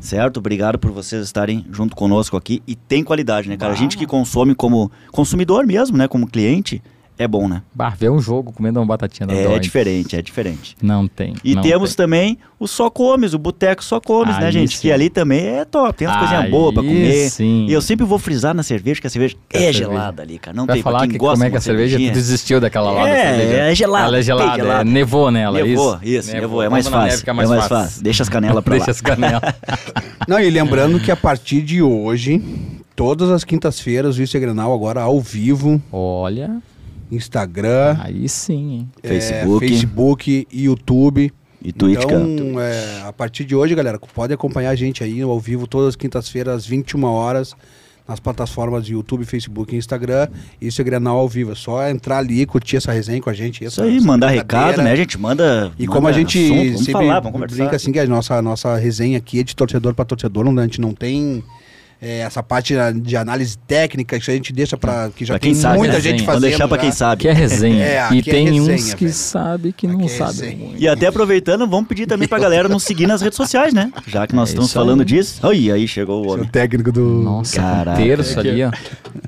S1: Certo? Obrigado por vocês estarem junto conosco aqui. E tem qualidade, né, cara? A gente que consome como consumidor mesmo, né? Como cliente, é bom, né?
S4: Bah, ver um jogo comendo uma batatinha da
S1: É
S4: Dói.
S1: diferente, é diferente.
S4: Não tem.
S1: E
S4: não
S1: temos
S4: tem.
S1: também o Só Comes, o Boteco Só Comes, né,
S4: Aí
S1: gente?
S4: sim.
S1: Que ali também é top. Tem umas coisinhas
S4: Aí
S1: boas pra comer.
S4: sim.
S1: E eu sempre vou frisar na cerveja, que a cerveja
S4: Que a
S1: é
S4: cerveja-
S1: gelada ali, cara. Não
S4: Vai
S1: tem pra
S4: falar
S1: quem
S4: que
S1: gosta
S4: como é
S1: de
S4: que
S1: uma
S4: a cerveja tu
S1: cervejinha.
S4: desistiu daquela lá da
S1: É,
S4: cerveja.
S1: é gelada,
S4: Ela é
S1: tem
S4: gelada,
S1: gelada.
S4: É, nevou nela,
S1: Levou,
S4: isso?
S1: isso, levou. É mais
S4: Vamos na neve
S1: fácil.
S4: que
S1: É mais fácil. Deixa as canelas pra lá.
S4: Deixa as canelas.
S3: Não, e lembrando que a partir de hoje, todas as quintas-feiras, o Isso é Grenal agora ao vivo,
S4: Olha,
S3: Instagram,
S4: aí sim, hein?
S1: Facebook
S3: é, Facebook, YouTube.
S1: e Twitch, cara.
S3: Então, é, a partir de hoje, galera, pode acompanhar a gente aí ao vivo todas as quintas-feiras, às 21 horas, nas plataformas de YouTube, Facebook e Instagram. Isso é Grenal ao vivo. É só entrar ali, curtir essa resenha com a gente.
S1: Isso
S3: essa-
S1: aí,
S3: essa
S1: mandar
S3: brincadeira.
S1: recado, né? A gente manda.
S3: E como a
S1: manda
S3: gente
S1: é, assunto, vamos
S3: sempre
S1: falar, vamos conversar.
S3: brinca assim, que a nossa, nossa resenha aqui é de torcedor para torcedor, não, a gente não tem é, essa parte de análise técnica, isso a gente deixa para que já
S1: pra
S3: tem
S1: quem sabe.
S3: muita
S1: né?
S3: gente
S4: Resenha.
S1: Vamos
S3: fazendo.
S1: deixar pra
S3: já.
S1: quem sabe.
S4: Aqui é resenha.
S3: É,
S4: e
S3: aqui é
S4: tem
S3: resenha,
S4: uns que
S3: velho.
S4: sabe que não
S3: Aqui é
S4: sabe
S3: resenha.
S4: muito.
S1: E até aproveitando, vamos pedir também pra galera nos seguir nas redes sociais, né? Já que nós
S4: É
S1: estamos
S4: isso aí.
S1: falando disso. Aí, aí chegou o
S3: Esse é
S1: homem.
S3: o técnico do
S4: Nossa,
S1: Caraca. é
S4: com terço ali, ó.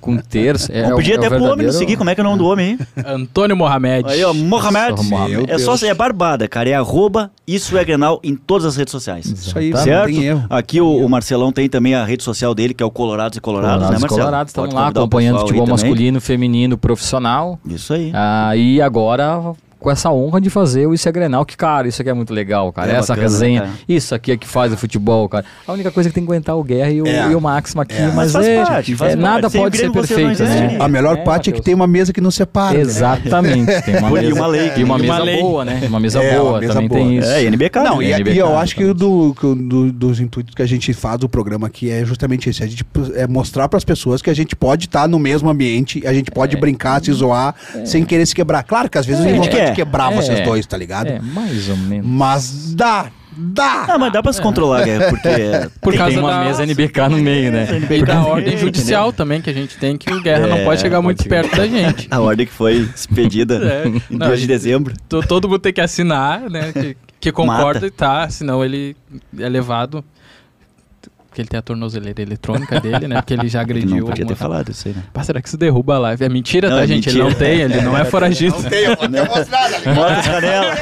S4: Com terço. É, é o-
S1: Vamos pedir
S4: é o
S1: até pro homem nos
S4: verdadeiro-
S1: seguir, como é que é o nome do homem aí?
S2: Antônio Mohamed.
S1: Aí, ó, Mohamed.
S4: Nossa, Mohamed.
S1: É
S3: Meu
S1: só,
S3: Deus.
S1: é barbada, cara. É arroba, isso é Grenal em todas as redes sociais.
S3: Isso aí,
S4: tá
S1: Certo?
S3: Tá, não tem erro.
S1: Aqui o, o Marcelão tem também a rede social dele, que é o Colorados e Colorados,
S4: Colorados,
S1: né, Marcelo?
S4: Colorados estão
S1: Pode
S4: lá
S1: convidar o
S4: acompanhando
S1: pessoal aí
S4: futebol
S1: também.
S4: masculino, feminino, profissional.
S1: Isso aí.
S4: Ah, e agora com essa honra de fazer o Isso é Grenal, que cara, isso aqui é muito legal, cara.
S1: É
S4: essa
S1: bacana,
S4: resenha,
S1: né, cara?
S4: isso aqui é que faz o futebol, cara. A única coisa que tem que aguentar é o Guerra e o,
S3: É.
S4: e o Max aqui,
S3: É.
S1: Mas
S4: mas,
S1: faz
S4: é,
S1: parte, faz
S4: é,
S1: parte.
S4: nada
S1: Sem o
S4: pode ser
S1: Grêmio você não
S4: perfeito, né?
S1: existiria.
S3: A melhor
S4: É,
S3: parte é que
S4: Matheus.
S3: tem uma mesa que não separa. né?
S4: Exatamente, tem uma
S1: Por- e
S4: mesa,
S1: uma lei,
S4: e uma
S1: né?
S4: mesa
S2: Uma lei.
S4: boa, né? Uma mesa
S3: É, uma
S4: boa,
S3: mesa
S4: também
S3: boa.
S4: tem isso.
S1: É, NBK.
S3: Não,
S1: né?
S3: e,
S4: NBK,
S3: e eu acho que o do, que o do- dos intuitos que a gente faz do programa aqui é justamente esse. A gente p- é mostrar para as pessoas que a gente pode estar no mesmo ambiente, a gente pode brincar, se zoar, sem querer se quebrar. Claro que às vezes
S1: É,
S3: a gente
S1: a gente quer.
S3: quer quebrar
S4: É.
S3: vocês dois, tá ligado?
S4: É, mais ou menos.
S3: Mas dá, dá.
S1: Ah, mas dá pra se controlar, Guerra, porque...
S2: Por
S1: tem-
S2: causa
S4: tem uma
S2: da-
S4: mesa NBK no meio, né?
S2: E da
S1: Porque-
S2: é ordem judicial também que a gente tem, que o Guerra
S1: É,
S2: não pode chegar
S4: pode
S2: muito
S4: chegar.
S2: perto da gente.
S1: A ordem que foi expedida
S2: É.
S1: em
S2: Não,
S1: 2 de dezembro.
S2: To- Todo mundo tem que assinar, né? Que, que concorda
S1: Mata.
S2: e tá, senão ele é levado. Porque ele tem a tornozeleira eletrônica dele, né? Porque ele já
S1: Ele
S2: agrediu.
S1: não podia ter
S2: alguma-
S1: falado isso aí, né?
S2: Pá, será que isso derruba a live? É mentira,
S1: Não,
S2: tá,
S1: é
S2: gente? Ele não
S1: mentira.
S2: tem, ele não é foragido.
S3: tem, eu vou até mostrar, tá ligado?
S1: Bota as canelas.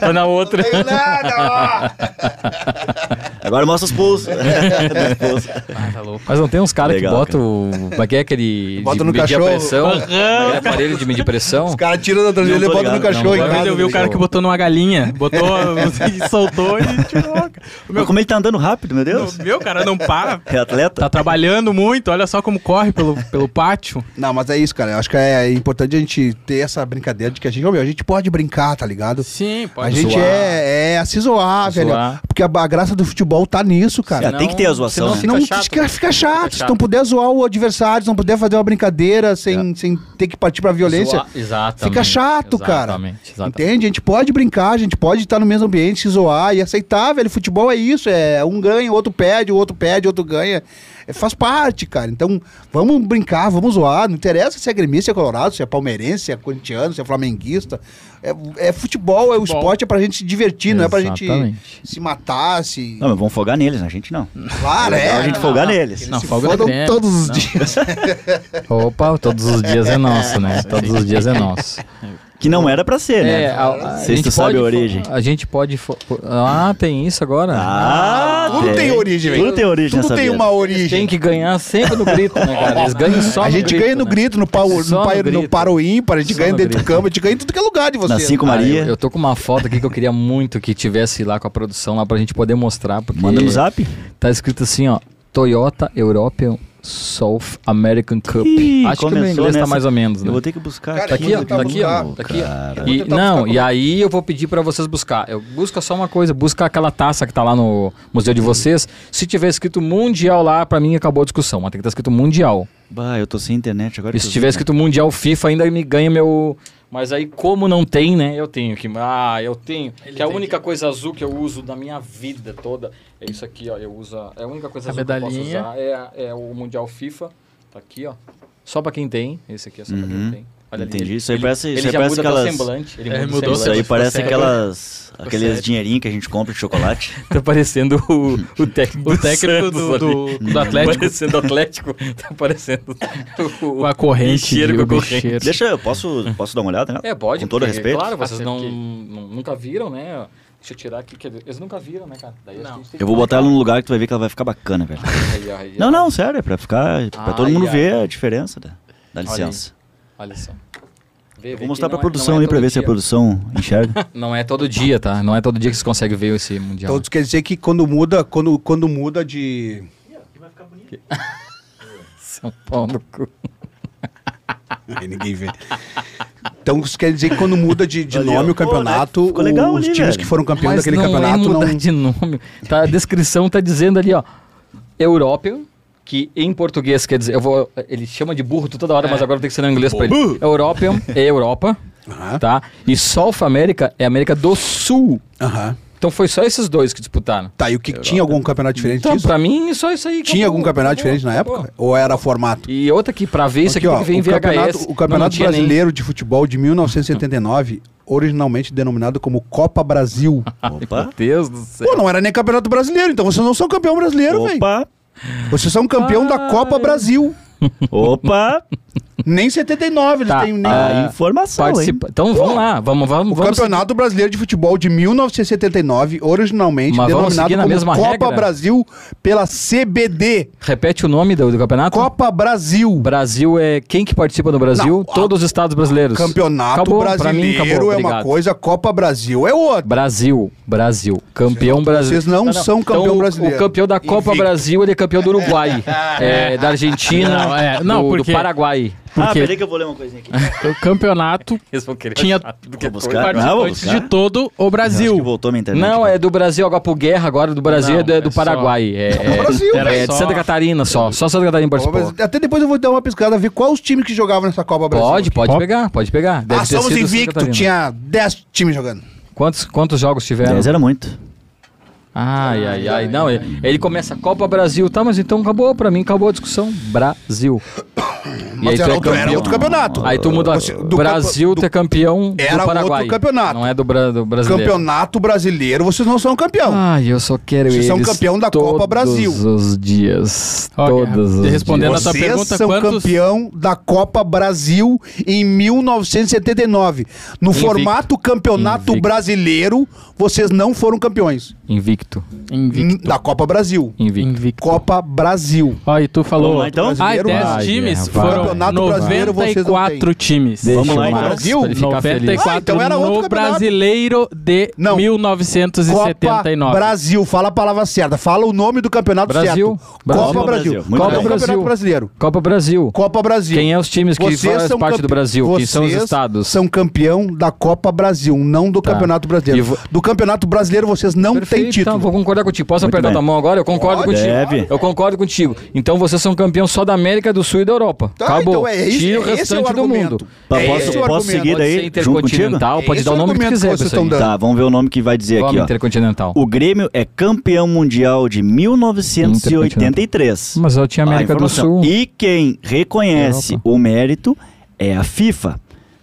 S4: Tá na outra.
S3: tenho nada, ó.
S1: Agora mostra os pulsos. Dos pulsos.
S2: Ah, tá louco.
S4: Mas não tem uns caras que
S1: Legal,
S4: botam. o- Como é que é aquele.
S3: Bota
S4: de
S3: no
S4: medir
S3: cachorro.
S4: A pressão, é aquele aparelho de medir pressão.
S3: Os caras tiram da
S1: Não
S3: torneira
S1: tô
S3: e botam no
S1: ligado, não.
S3: cachorro em
S2: Uma vez
S3: casa.
S2: eu vi o cara
S3: tá
S2: que
S3: ligado?
S2: botou numa galinha, botou, e soltou e tirou. O
S1: Mas
S2: meu,
S1: como ele tá andando rápido, meu Deus.
S2: o meu cara não para.
S1: É atleta?
S2: Tá trabalhando muito, olha só como corre pelo, pelo pátio.
S3: Não, mas é isso, cara. Eu acho que é importante a gente ter essa brincadeira de que a gente, ô, meu, a gente pode brincar, tá ligado?
S2: Sim,
S3: a
S2: pode
S3: gente
S4: zoar.
S3: é, é a se zoar,
S4: Se
S3: velho.
S4: zoar.
S3: Porque a, a graça do futebol tá nisso, cara.
S1: É, tem que ter a zoação,
S4: senão
S1: né?
S3: Se não
S4: fica chato,
S3: fica,
S4: né?
S3: fica chato,
S4: Fica
S3: se não puder zoar o adversário, se não puder fazer uma brincadeira sem, sem ter que partir pra violência,
S4: É. Zoar- Exatamente.
S3: fica chato, cara.
S4: Exatamente. exatamente.
S3: entende? A gente pode brincar, a gente pode estar no mesmo ambiente, se zoar e aceitar, velho. Futebol é isso, é um ganha, o outro perde, o outro perde, o outro ganha. É, faz parte, cara. Então, vamos brincar, vamos zoar. Não interessa se é gremista, se é colorado, se é palmeirense, se é corintiano, se é flamenguista. É, é futebol, é o
S2: Futebol.
S3: esporte, é pra gente se divertir, não é pra gente
S4: Exatamente.
S3: se matar, se...
S1: Não, mas vamos folgar neles, né? a gente não.
S3: Claro,
S1: É legal a
S3: é.
S1: gente folgar neles.
S2: Não,
S3: Se
S2: folga
S3: fodam
S2: no Grêmio.
S3: todos os
S2: Não.
S3: dias.
S4: é Opa, todos os dias é nosso, né? Todos os dias é nosso. É,
S1: Que não era pra
S3: É,
S1: ser, né?
S4: a
S1: Vocês
S4: gente
S1: tu sabe a
S4: pode fo-
S1: origem.
S4: A gente pode. fo- Ah, tem isso agora?
S1: Ah,
S3: Tudo tem origem, velho.
S1: Tudo tem origem
S3: Tudo
S1: nessa
S3: tem
S1: vida.
S3: uma origem.
S4: Tem que ganhar sempre no grito, né, cara? Eles ganham só
S3: a
S4: no
S3: gente
S4: grito,
S3: ganha no
S4: né?
S3: grito, no, pau, no,
S4: Só
S3: pai,
S4: no grito.
S3: no paro ímpar, a gente
S4: Só
S3: ganha
S4: no
S3: dentro do
S4: grito.
S3: campo, a gente ganha em tudo que é lugar de
S1: Na
S3: vocês.
S1: Cinco
S4: Ah,
S1: Maria.
S4: eu, eu tô com uma foto aqui que eu queria muito que tivesse lá com a produção lá pra gente poder mostrar. Porque
S1: Manda no zap.
S4: Tá escrito assim, ó. Toyota European South American Cup.
S1: Ih,
S4: Acho que o meu
S1: começou
S4: inglês tá
S1: nessa.
S4: mais ou menos, né?
S1: Eu vou ter que buscar
S3: Cara,
S4: Tá aqui, ó. Tá aqui, ó. Tá aqui, ó.
S1: Cara.
S3: Vou
S4: E,
S3: tentar
S4: não,
S3: buscar
S4: e aí eu vou pedir pra vocês buscar. Eu, busca só uma coisa, busca aquela taça que tá lá no museu de vocês. Se tiver escrito mundial lá, pra mim acabou a discussão. Mas tem que estar escrito mundial.
S1: Bah, eu tô sem internet agora. que
S4: E
S1: eu
S4: se
S1: vi,
S4: tiver
S1: né?
S4: escrito mundial FIFA ainda me ganha meu. Mas aí como não tem, né? Eu tenho que. Ah, eu tenho. que a única coisa azul que eu uso da minha vida toda é isso aqui, ó. Eu uso a, é a única
S2: A
S4: coisa azul que
S2: medalhinha.
S4: eu posso usar é, a- é o mundial FIFA. Tá aqui, ó. Só pra quem tem. Esse aqui é só pra
S1: Uhum.
S4: quem tem. Olha ali,
S1: Entendi.
S4: ele-
S1: Isso aí
S4: ele-
S1: parece-
S4: ele
S1: isso aí
S4: já
S1: parece
S4: muda até o
S1: aquelas-
S4: semblante. Ele
S2: É,
S4: muda o
S2: mudou
S1: Isso
S4: semblante.
S1: aí
S2: Ficou
S1: parece
S2: sério.
S1: aquelas, aqueles
S2: sério.
S1: dinheirinhos que a gente compra de chocolate.
S4: Tá parecendo o, o técnico,
S2: O técnico do, do, do Atlético
S4: Parecendo Atlético. Tá parecendo o,
S2: com a corrente.
S4: Bicheiro
S2: de-
S4: com
S2: o
S4: a corrente.
S2: bicheiro.
S1: Deixa eu, posso, posso dar uma olhada? né?
S4: É, pode.
S1: Com todo
S4: porque,
S1: respeito.
S4: Claro, vocês
S2: Até
S4: não,
S2: porque-
S4: não- nunca viram, né? Deixa eu tirar aqui. quer dizer, Eles nunca viram, né, cara? Daí
S2: Não.
S4: a gente tem que
S1: Eu vou botar
S4: colocar.
S1: ela num lugar que tu vai ver que ela vai ficar bacana, velho.
S4: Aí, ó, aí, ó.
S1: Não, não, sério, é pra ficar. pra
S4: Ah,
S1: todo mundo
S4: ai,
S1: ver a diferença. Da, dá
S4: Olha
S1: licença.
S4: Olha só. Vê,
S1: Eu
S4: vê
S1: vou mostrar
S4: que
S1: pra
S4: não é-
S1: produção
S4: não é
S1: aí pra
S4: todo
S1: ver se a
S4: dia.
S1: produção enxerga.
S4: Não é todo dia, tá? Não é todo dia que vocês conseguem ver esse mundial.
S3: Então, isso quer dizer que quando muda, quando, quando muda de...
S4: São Paulo no cu.
S3: Aí ninguém vê. Então, isso quer dizer que quando muda de, de
S1: Ali,
S3: nome
S1: ó.
S3: o campeonato,
S1: Pô, né? Ficou legal
S3: os
S1: ali,
S3: times
S1: velho.
S3: que foram campeões
S4: Mas
S3: daquele
S4: não é
S3: campeonato
S4: mudar
S3: não...
S4: de nome. Tá, a descrição tá dizendo ali, ó. European, que em português quer dizer. Eu vou, ele chama de burro toda hora, mas agora tem que ser em inglês pra ele. European é Europa,
S3: Aham,
S4: tá? E South America é América do Sul.
S3: aham.
S4: Então foi só esses dois que disputaram.
S3: Tá, e o que tinha algum campeonato diferente
S4: Então, tá
S3: disso?
S4: pra mim, só isso aí.
S3: Tinha
S4: acabou,
S3: algum campeonato
S4: acabou,
S3: diferente na
S4: acabou.
S3: época? Ou era formato?
S4: E outra que pra ver isso aqui, tem que vem em
S3: o
S4: VHS.
S3: campeonato, o
S4: Não,
S3: campeonato
S4: não tinha nem.
S3: Brasileiro de Futebol de 1979, originalmente denominado como Copa Brasil.
S1: Opa.
S4: Meu Deus do céu.
S3: Pô, não era nem Campeonato Brasileiro, então vocês não são campeão brasileiro, velho. é um
S1: Opa.
S4: Ah.
S3: Vocês são campeão da Copa Brasil.
S1: Opa.
S3: Nem 79 eles
S4: Tá,
S3: têm. Nem...
S4: ah,
S1: A informação, hein?
S4: Participa... Então vamos lá, vamos, vamos,
S3: O
S4: vamos.
S3: Campeonato Brasileiro de Futebol de 1979, originalmente
S4: Mas vamos
S3: denominado
S4: seguir na
S3: como
S4: mesma
S3: Copa
S4: regra?
S3: Brasil pela CBD.
S4: Repete o nome do, do campeonato?
S3: Copa Brasil.
S4: Brasil é quem que participa do Brasil?
S3: Não, a-
S4: Todos os estados brasileiros.
S3: Campeonato
S4: Acabou, pra mim
S3: Brasileiro
S4: acabou,
S3: é uma
S4: obrigado.
S3: coisa, Copa Brasil é outra.
S4: Brasil, Brasil, campeão brasileiro.
S3: Vocês não são campeão
S4: Então, o-
S3: brasileiro.
S4: O campeão da Copa
S3: Invicto.
S4: Brasil, ele é campeão do Uruguai, é, da Argentina,
S2: Não, é, não,
S4: não, do,
S2: porque-
S4: do Paraguai.
S1: Ah,
S2: Porque-
S1: peraí que eu vou ler uma coisinha aqui.
S2: O campeonato
S4: Eles vão querer
S2: Tinha-
S4: achar do que
S1: Vou
S4: coisa.
S1: buscar. Ah, vou
S2: participantes
S1: buscar.
S2: de todo o
S1: Acho que
S2: Brasil.
S1: voltou minha internet.
S4: Não, é do Brasil, agora pro Guerra, agora do Brasil
S2: Não,
S4: é do, é do
S2: é só-
S4: Paraguai. É, é-
S3: Brasil,
S4: é
S2: velho.
S4: de Santa Catarina só, só Santa Catarina
S3: Copa
S4: participou.
S3: Brasil. Até depois eu vou dar uma pescada, ver quais os times que jogavam nessa Copa Brasil.
S4: Pode,
S3: aqui.
S4: pode pegar, pode pegar. Deve
S3: um Ah,
S4: ter
S3: somos
S4: sido Santa
S3: invicto,
S4: Catarina.
S3: tinha 10 times jogando.
S4: Quantos, quantos jogos tiveram?
S1: 10 era muito.
S4: Ai, ai, ai. Não, ele, ele começa Copa Brasil, tá? Mas então acabou, pra mim acabou a discussão. Brasil. E
S3: Mas
S4: tu
S3: era,
S4: é
S3: outro, era
S4: campeão.
S3: outro campeonato.
S4: Aí tu muda.
S3: Você- do
S4: Brasil
S3: campe-
S4: tu é campeão
S3: Era
S4: do Paraguai.
S3: outro campeonato.
S4: Não é do, Bra do brasileiro.
S3: Campeonato Brasileiro, vocês não são campeão.
S4: Ai, eu só quero
S3: Vocês
S4: eles
S3: são campeão da Copa
S4: todos
S3: Brasil.
S4: os dias.
S2: Ó,
S4: todos os
S2: respondendo
S4: dias.
S2: a tua
S3: Vocês
S2: pergunta,
S3: são
S2: quantos-
S3: campeão da Copa Brasil em 1979. No
S4: Invicto.
S3: formato Campeonato
S4: Invicto.
S3: Brasileiro, vocês não foram campeões
S4: Invicto.
S2: Invicto.
S3: da Copa Brasil.
S4: Invicto.
S2: Invicto.
S3: Copa Brasil.
S2: Ó, e tu falou.
S1: Vamos lá, então?
S2: Ah, 10
S3: Brasileiro,
S4: vai.
S2: times
S4: Vai.
S2: foram
S3: Campeonato brasileiro vocês não
S2: 94 times.
S4: Deixa
S1: Vamos lá,
S4: o
S1: então.
S4: Marcos
S3: Brasil?
S4: pra ele ficar feliz.
S2: 94
S3: Ah, então era outro
S2: no
S3: campeonato.
S2: Brasileiro de
S3: Não. Copa
S2: 1979.
S3: Brasil, fala a palavra certa. Fala o nome do campeonato
S4: Brasil.
S3: certo.
S4: Brasil.
S3: Copa
S1: Copa
S3: Brasil.
S1: Brasil. Muito
S3: Copa
S1: bem.
S3: Campeonato
S4: Brasil.
S3: Brasileiro.
S4: Copa Brasil.
S3: Copa Brasil.
S4: Quem é os times que fazem parte do
S3: campe-
S4: Brasil? Quem são os
S3: Vocês
S4: estados? Tá.
S3: são campeão da Copa Brasil, não do Campeonato Brasileiro.
S4: E vo-
S3: Do Campeonato Brasileiro vocês não têm
S4: Perfeito,
S3: título.
S4: Então, vou concordar contigo. Posso
S1: Muito
S4: apertar
S1: bem.
S4: tua mão agora? Eu concordo
S3: Pode.
S4: contigo.
S1: Deve.
S4: Eu concordo contigo. Então vocês são campeão só da América do Sul e da Europa.
S3: Tá,
S4: Acabou.
S3: então é isso-
S4: Tira o
S3: esse é o
S4: restante do
S3: argumento.
S4: mundo.
S1: Tá,
S3: É
S1: posso
S3: esse o
S1: posso
S3: argumento.
S1: seguir
S4: Pode ser
S1: daí? Junto contigo?
S4: intercontinental,
S3: Esse
S4: pode dar
S3: é
S4: o
S3: o
S4: nome que tu
S3: argumento
S4: quiser
S3: que
S4: pra
S3: vocês
S4: isso aí.
S3: estão dando.
S4: Tá.
S1: Tá, vamos ver o nome que vai dizer
S4: Vamos,
S1: aqui, ó.
S4: Intercontinental.
S1: O Grêmio é campeão mundial de 1983.
S4: Mas eu tinha América
S1: A
S4: do
S1: informação.
S4: Sul.
S1: E quem reconhece
S4: Europa.
S1: o mérito é a FIFA,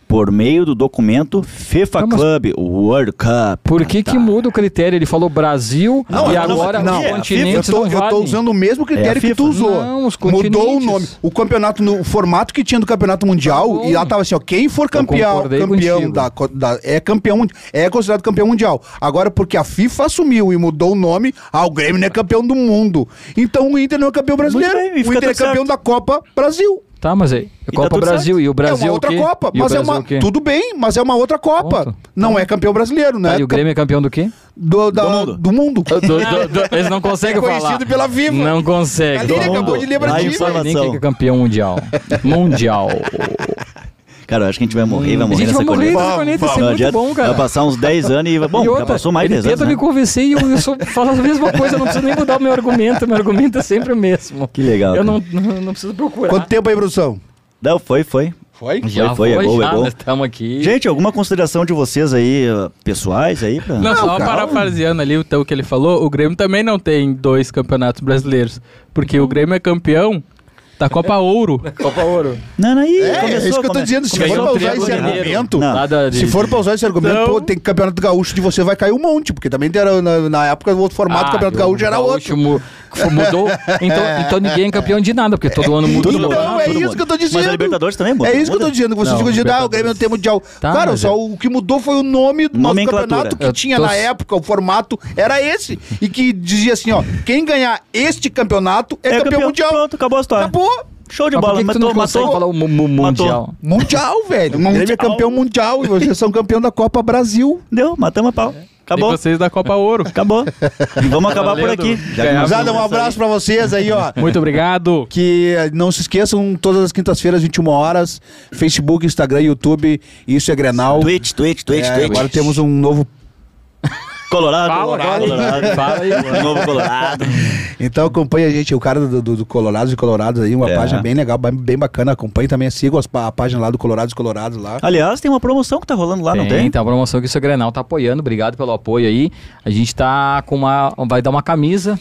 S1: por meio do documento FIFA
S4: Tá, mas-
S1: Club World Cup.
S4: Por que
S3: Tá.
S4: que muda o critério? Ele falou Brasil
S1: Não,
S4: e
S1: eu não-
S4: agora
S1: não,
S4: o
S1: é,
S4: continente
S3: eu tô,
S4: não
S3: eu tô
S4: valem.
S3: usando o mesmo critério
S1: É a
S3: que tu
S1: FIFA.
S3: usou.
S4: Não, os
S3: Mudou o
S4: continentes. Tá
S3: nome. O campeonato, no, o formato que tinha do campeonato mundial,
S4: bom.
S3: e lá tava assim, ó, quem for campeão,
S4: concordei
S3: campeão
S4: contigo.
S3: da, co- da- é campeão, mun- é considerado campeão mundial. Agora, porque a FIFA assumiu e mudou o nome, ah, o Grêmio não é campeão do mundo. Então o Inter não é campeão brasileiro.
S1: bem, e
S3: o
S1: fica
S3: Inter é
S1: tudo certo.
S3: campeão da Copa Brasil.
S4: Tá, mas é
S1: tá
S4: Copa
S1: tudo
S4: Brasil e o Brasil
S3: é uma
S4: o
S3: outra
S4: quê?
S3: Copa,
S4: E o
S3: mas é
S4: Brasil
S3: uma.
S4: o quê?
S3: Tudo bem, mas é uma outra Copa.
S4: Ponto.
S3: Não é campeão brasileiro, né?
S4: Tá, e o Grêmio é campeão do quê?
S3: do, da-
S1: mundo.
S3: do mundo.
S4: Do- do- do- eles não É conseguem
S3: Reconhecido
S4: falar.
S3: pela FIFA.
S4: Não consegue.
S3: Ali ele acabou de lembrar
S4: Não
S3: de mim,
S4: sabe nem
S1: velho.
S4: quem que é campeão mundial. mundial.
S1: Cara, eu acho que a gente vai morrer, vai
S4: Hum. A
S1: morrer
S4: gente
S1: nessa
S4: vai morrer
S1: corneta.
S4: nessa corneta, isso é
S1: Não
S4: muito
S1: adianta,
S4: bom, cara.
S1: Vai passar uns 10 anos e... vai- Bom,
S4: E
S1: já passou mais de
S4: ele
S1: 10 anos,
S4: tenta me
S1: né?
S4: convencer e eu, eu só falo a mesma coisa, eu não preciso nem mudar o meu argumento, meu argumento é sempre o mesmo.
S1: Que legal.
S4: Eu
S1: cara.
S4: não, não, não preciso procurar.
S3: Quanto tempo aí, produção?
S1: Não, foi, foi.
S3: Foi?
S1: Já foi, é gol, é
S2: Ah,
S4: já,
S1: gol.
S4: nós estamos aqui.
S1: Gente, alguma consideração de vocês aí, uh, pessoais aí? Pra...
S2: Não, só
S3: cara.
S2: parafraseando ali então, o que ele falou, o Grêmio também não tem dois campeonatos brasileiros. Porque o Grêmio é campeão da Copa Ouro.
S4: Copa Ouro.
S1: Não, não, aí
S3: É,
S1: começou,
S3: é isso que eu tô
S1: come-
S3: dizendo. Se for
S4: começou
S3: pra
S4: o
S3: usar esse
S4: Triângulo Mineiro.
S3: argumento,
S1: Não.
S4: Nada de,
S3: se for pra usar esse argumento,
S2: Não.
S3: pô, tem que Campeonato Gaúcho de você vai cair um monte, porque também era, na, na época o outro formato do Campeonato Gaúcho era outro.
S4: mu- mudou.
S1: Tá
S4: Então, então ninguém é campeão de nada, porque todo ano muda.
S1: Todo mundo.
S3: Então é
S1: Todo
S3: isso
S1: mundo.
S3: que eu tô dizendo.
S1: Mas a Libertadores também muda.
S3: É isso que eu tô
S1: muda.
S3: dizendo. que Vocês
S4: Não,
S3: ficam dizendo, ah, o
S4: Libertadores.
S3: Grêmio não tem mundial.
S4: Tá,
S3: Cara,
S4: mas
S3: só
S4: é-
S3: o que mudou foi o nome do nosso
S1: Nomenclatura.
S3: campeonato que
S4: Eu
S3: tinha
S4: tô-
S3: na época, o formato era esse. E que dizia assim, ó, quem ganhar este campeonato é, campeão, mundial.
S1: Pronto, tá. acabou a história.
S3: Acabou.
S1: Show de
S4: Mas por
S1: bola.
S4: que, que tu
S1: Matou,
S4: não consegue falar
S1: matou.
S4: o mu- mu- mundial?
S3: Mundial, velho. O Grêmio é campeão mundial e vocês são campeão da Copa Brasil.
S1: Deu, matamos a pau. Acabou.
S2: E vocês da Copa Ouro.
S1: Acabou. E vamos acabar por
S2: Valendo.
S1: aqui. Já que
S2: Ganhar
S1: nós-
S3: Rapaziada, um abraço pra vocês aí, ó.
S2: Muito obrigado.
S3: Que eh, não se esqueçam, todas as quintas-feiras, 21 horas, Facebook, Instagram, YouTube, isso é Grenal.
S1: Twitch, Twitch, Twitch,
S3: É,
S1: Twitch.
S3: agora temos um novo.
S1: Colorado,
S4: Fala,
S1: Colorado,
S4: fala aí.
S1: Colorado.
S4: Fala aí.
S1: Novo Colorado.
S3: Então acompanha a gente, o cara do, do, do Colorados e Colorados aí, uma
S1: É.
S3: página bem legal, bem- bem bacana. Acompanhe também, siga as pá- a página lá do Colorados e Colorados lá.
S1: Aliás, tem uma promoção que tá rolando lá, não tem?
S4: Então, a promoção que o seu Grenal tá apoiando. Obrigado pelo apoio aí. A gente tá com uma. Vai dar uma camisa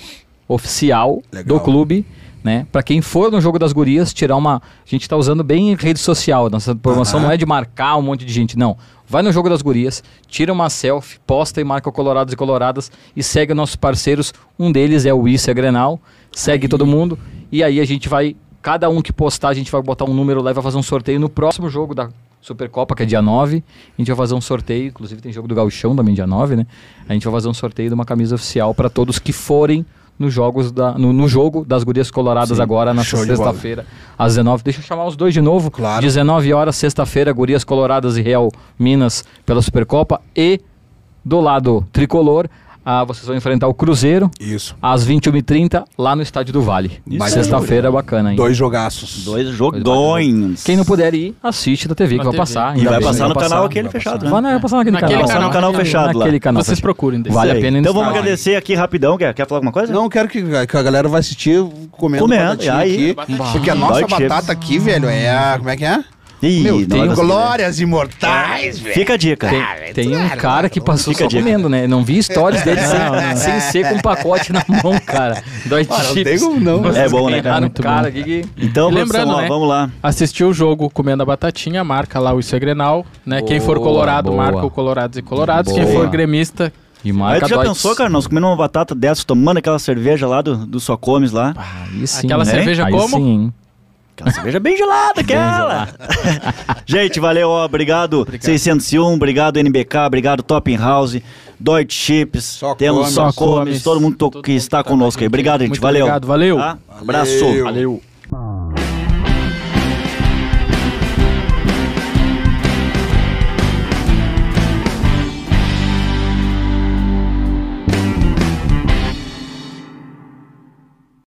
S4: oficial
S3: Legal.
S4: do clube. Né? Pra quem for no jogo das gurias, tirar uma. A gente tá usando bem em rede social. Nossa promoção não é de marcar um monte de gente, não. Vai no jogo das gurias, tira uma selfie, posta e marca Colorados e Coloradas e é segue nossos parceiros. Um deles é o Issa Grenal. Segue todo mundo. E aí a gente vai Cada um que postar, a gente vai botar um número lá e vai fazer um sorteio no próximo jogo da Supercopa, que é dia 9. A gente vai fazer um sorteio, inclusive tem jogo do Gauchão também dia 9, né? A gente vai fazer um sorteio de uma camisa oficial para todos que forem nos jogos da, no, no jogo das Gurias Coloradas
S1: Sim.
S4: agora na
S3: Show de
S4: sexta-feira às 19. Deixa eu chamar os dois de novo.
S3: Claro.
S4: 19 horas sexta-feira Gurias Coloradas e Real Minas pela Supercopa e do lado tricolor, ah, vocês vão enfrentar o Cruzeiro
S3: Isso.
S4: às 21h30 lá no Estádio do Vale.
S1: Isso
S4: Vai
S1: é
S4: Sexta-feira bacana, hein?
S3: Dois jogaços.
S1: Dois jogões.
S4: Quem não puder ir, assiste da TV que
S2: Na
S4: vai
S2: TV.
S4: passar.
S1: E
S4: ainda
S1: vai
S4: bem,
S1: passar no
S4: vai
S1: canal
S4: passar.
S1: aquele fechado, né?
S4: Vai, não, vai passar naquele
S2: Naquele
S4: canal.
S1: Passar no
S2: canal.
S1: canal fechado lá.
S4: Naquele canal.
S2: Vocês
S4: fechado.
S2: procurem. desse.
S4: Vale a
S1: Isso aí.
S4: pena
S1: Então
S4: entrar
S1: vamos
S4: lá,
S1: agradecer aqui rapidão. Quer, quer falar alguma coisa?
S3: Não quero que, que a galera vai assistir comendo,
S1: Comendo,
S3: batatinha
S1: e aí?
S3: aqui.
S2: Batatinha.
S3: Porque a nossa
S1: Vai,
S3: batata
S1: chips.
S3: aqui, velho, é a... Como é que é?
S1: Ih,
S4: Meu,
S1: não
S4: tem
S1: vai
S4: o
S1: conseguir.
S3: Glórias imortais, velho.
S1: Fica a dica.
S2: Ah,
S4: Tem, tem um cara que passou
S1: Fica a
S4: só
S1: dica.
S4: comendo, né? Não vi stories dele sem- sem ser com um pacote na mão, cara. Dói
S3: Ah, não tem
S4: chips.
S3: como não.
S1: É bom, né, cara?
S4: Erraram
S2: Muito
S4: o cara
S2: bom.
S4: aqui que...
S1: Então,
S2: E lembrando,
S1: produção, ó,
S2: né?
S1: vamos lá.
S2: Assistiu o jogo comendo a batatinha, marca lá o Isso é Grenal, né? Quem for
S4: Boa,
S2: colorado,
S4: boa.
S2: marca o Colorados e Colorados. Quem
S4: Boa.
S2: for gremista,
S4: E
S1: Aí
S4: marca
S1: tu já
S4: dói.
S1: pensou, cara, nós comendo uma batata dessa, tomando aquela cerveja lá do, do Só Comes lá.
S4: Aí sim,
S2: aquela
S4: né?
S2: cerveja
S4: Aí
S2: como?
S4: sim, hein?
S1: Aquela cerveja bem gelada, aquela. Gente, valeu, ó, obrigado, 601, obrigado NBK, obrigado Top In House, Deutsche Chips,
S3: Só
S1: temos
S3: Comes.
S1: Só
S2: Só
S1: Comes,
S2: Comes.
S1: todo mundo to-
S2: Todo
S1: que
S2: mundo
S1: está
S2: que tá
S1: conosco
S2: com a
S1: aí. Obrigado, gente,
S2: gente. Muito
S1: valeu.
S2: obrigado, valeu.
S1: Tá? Abraço.
S3: Valeu.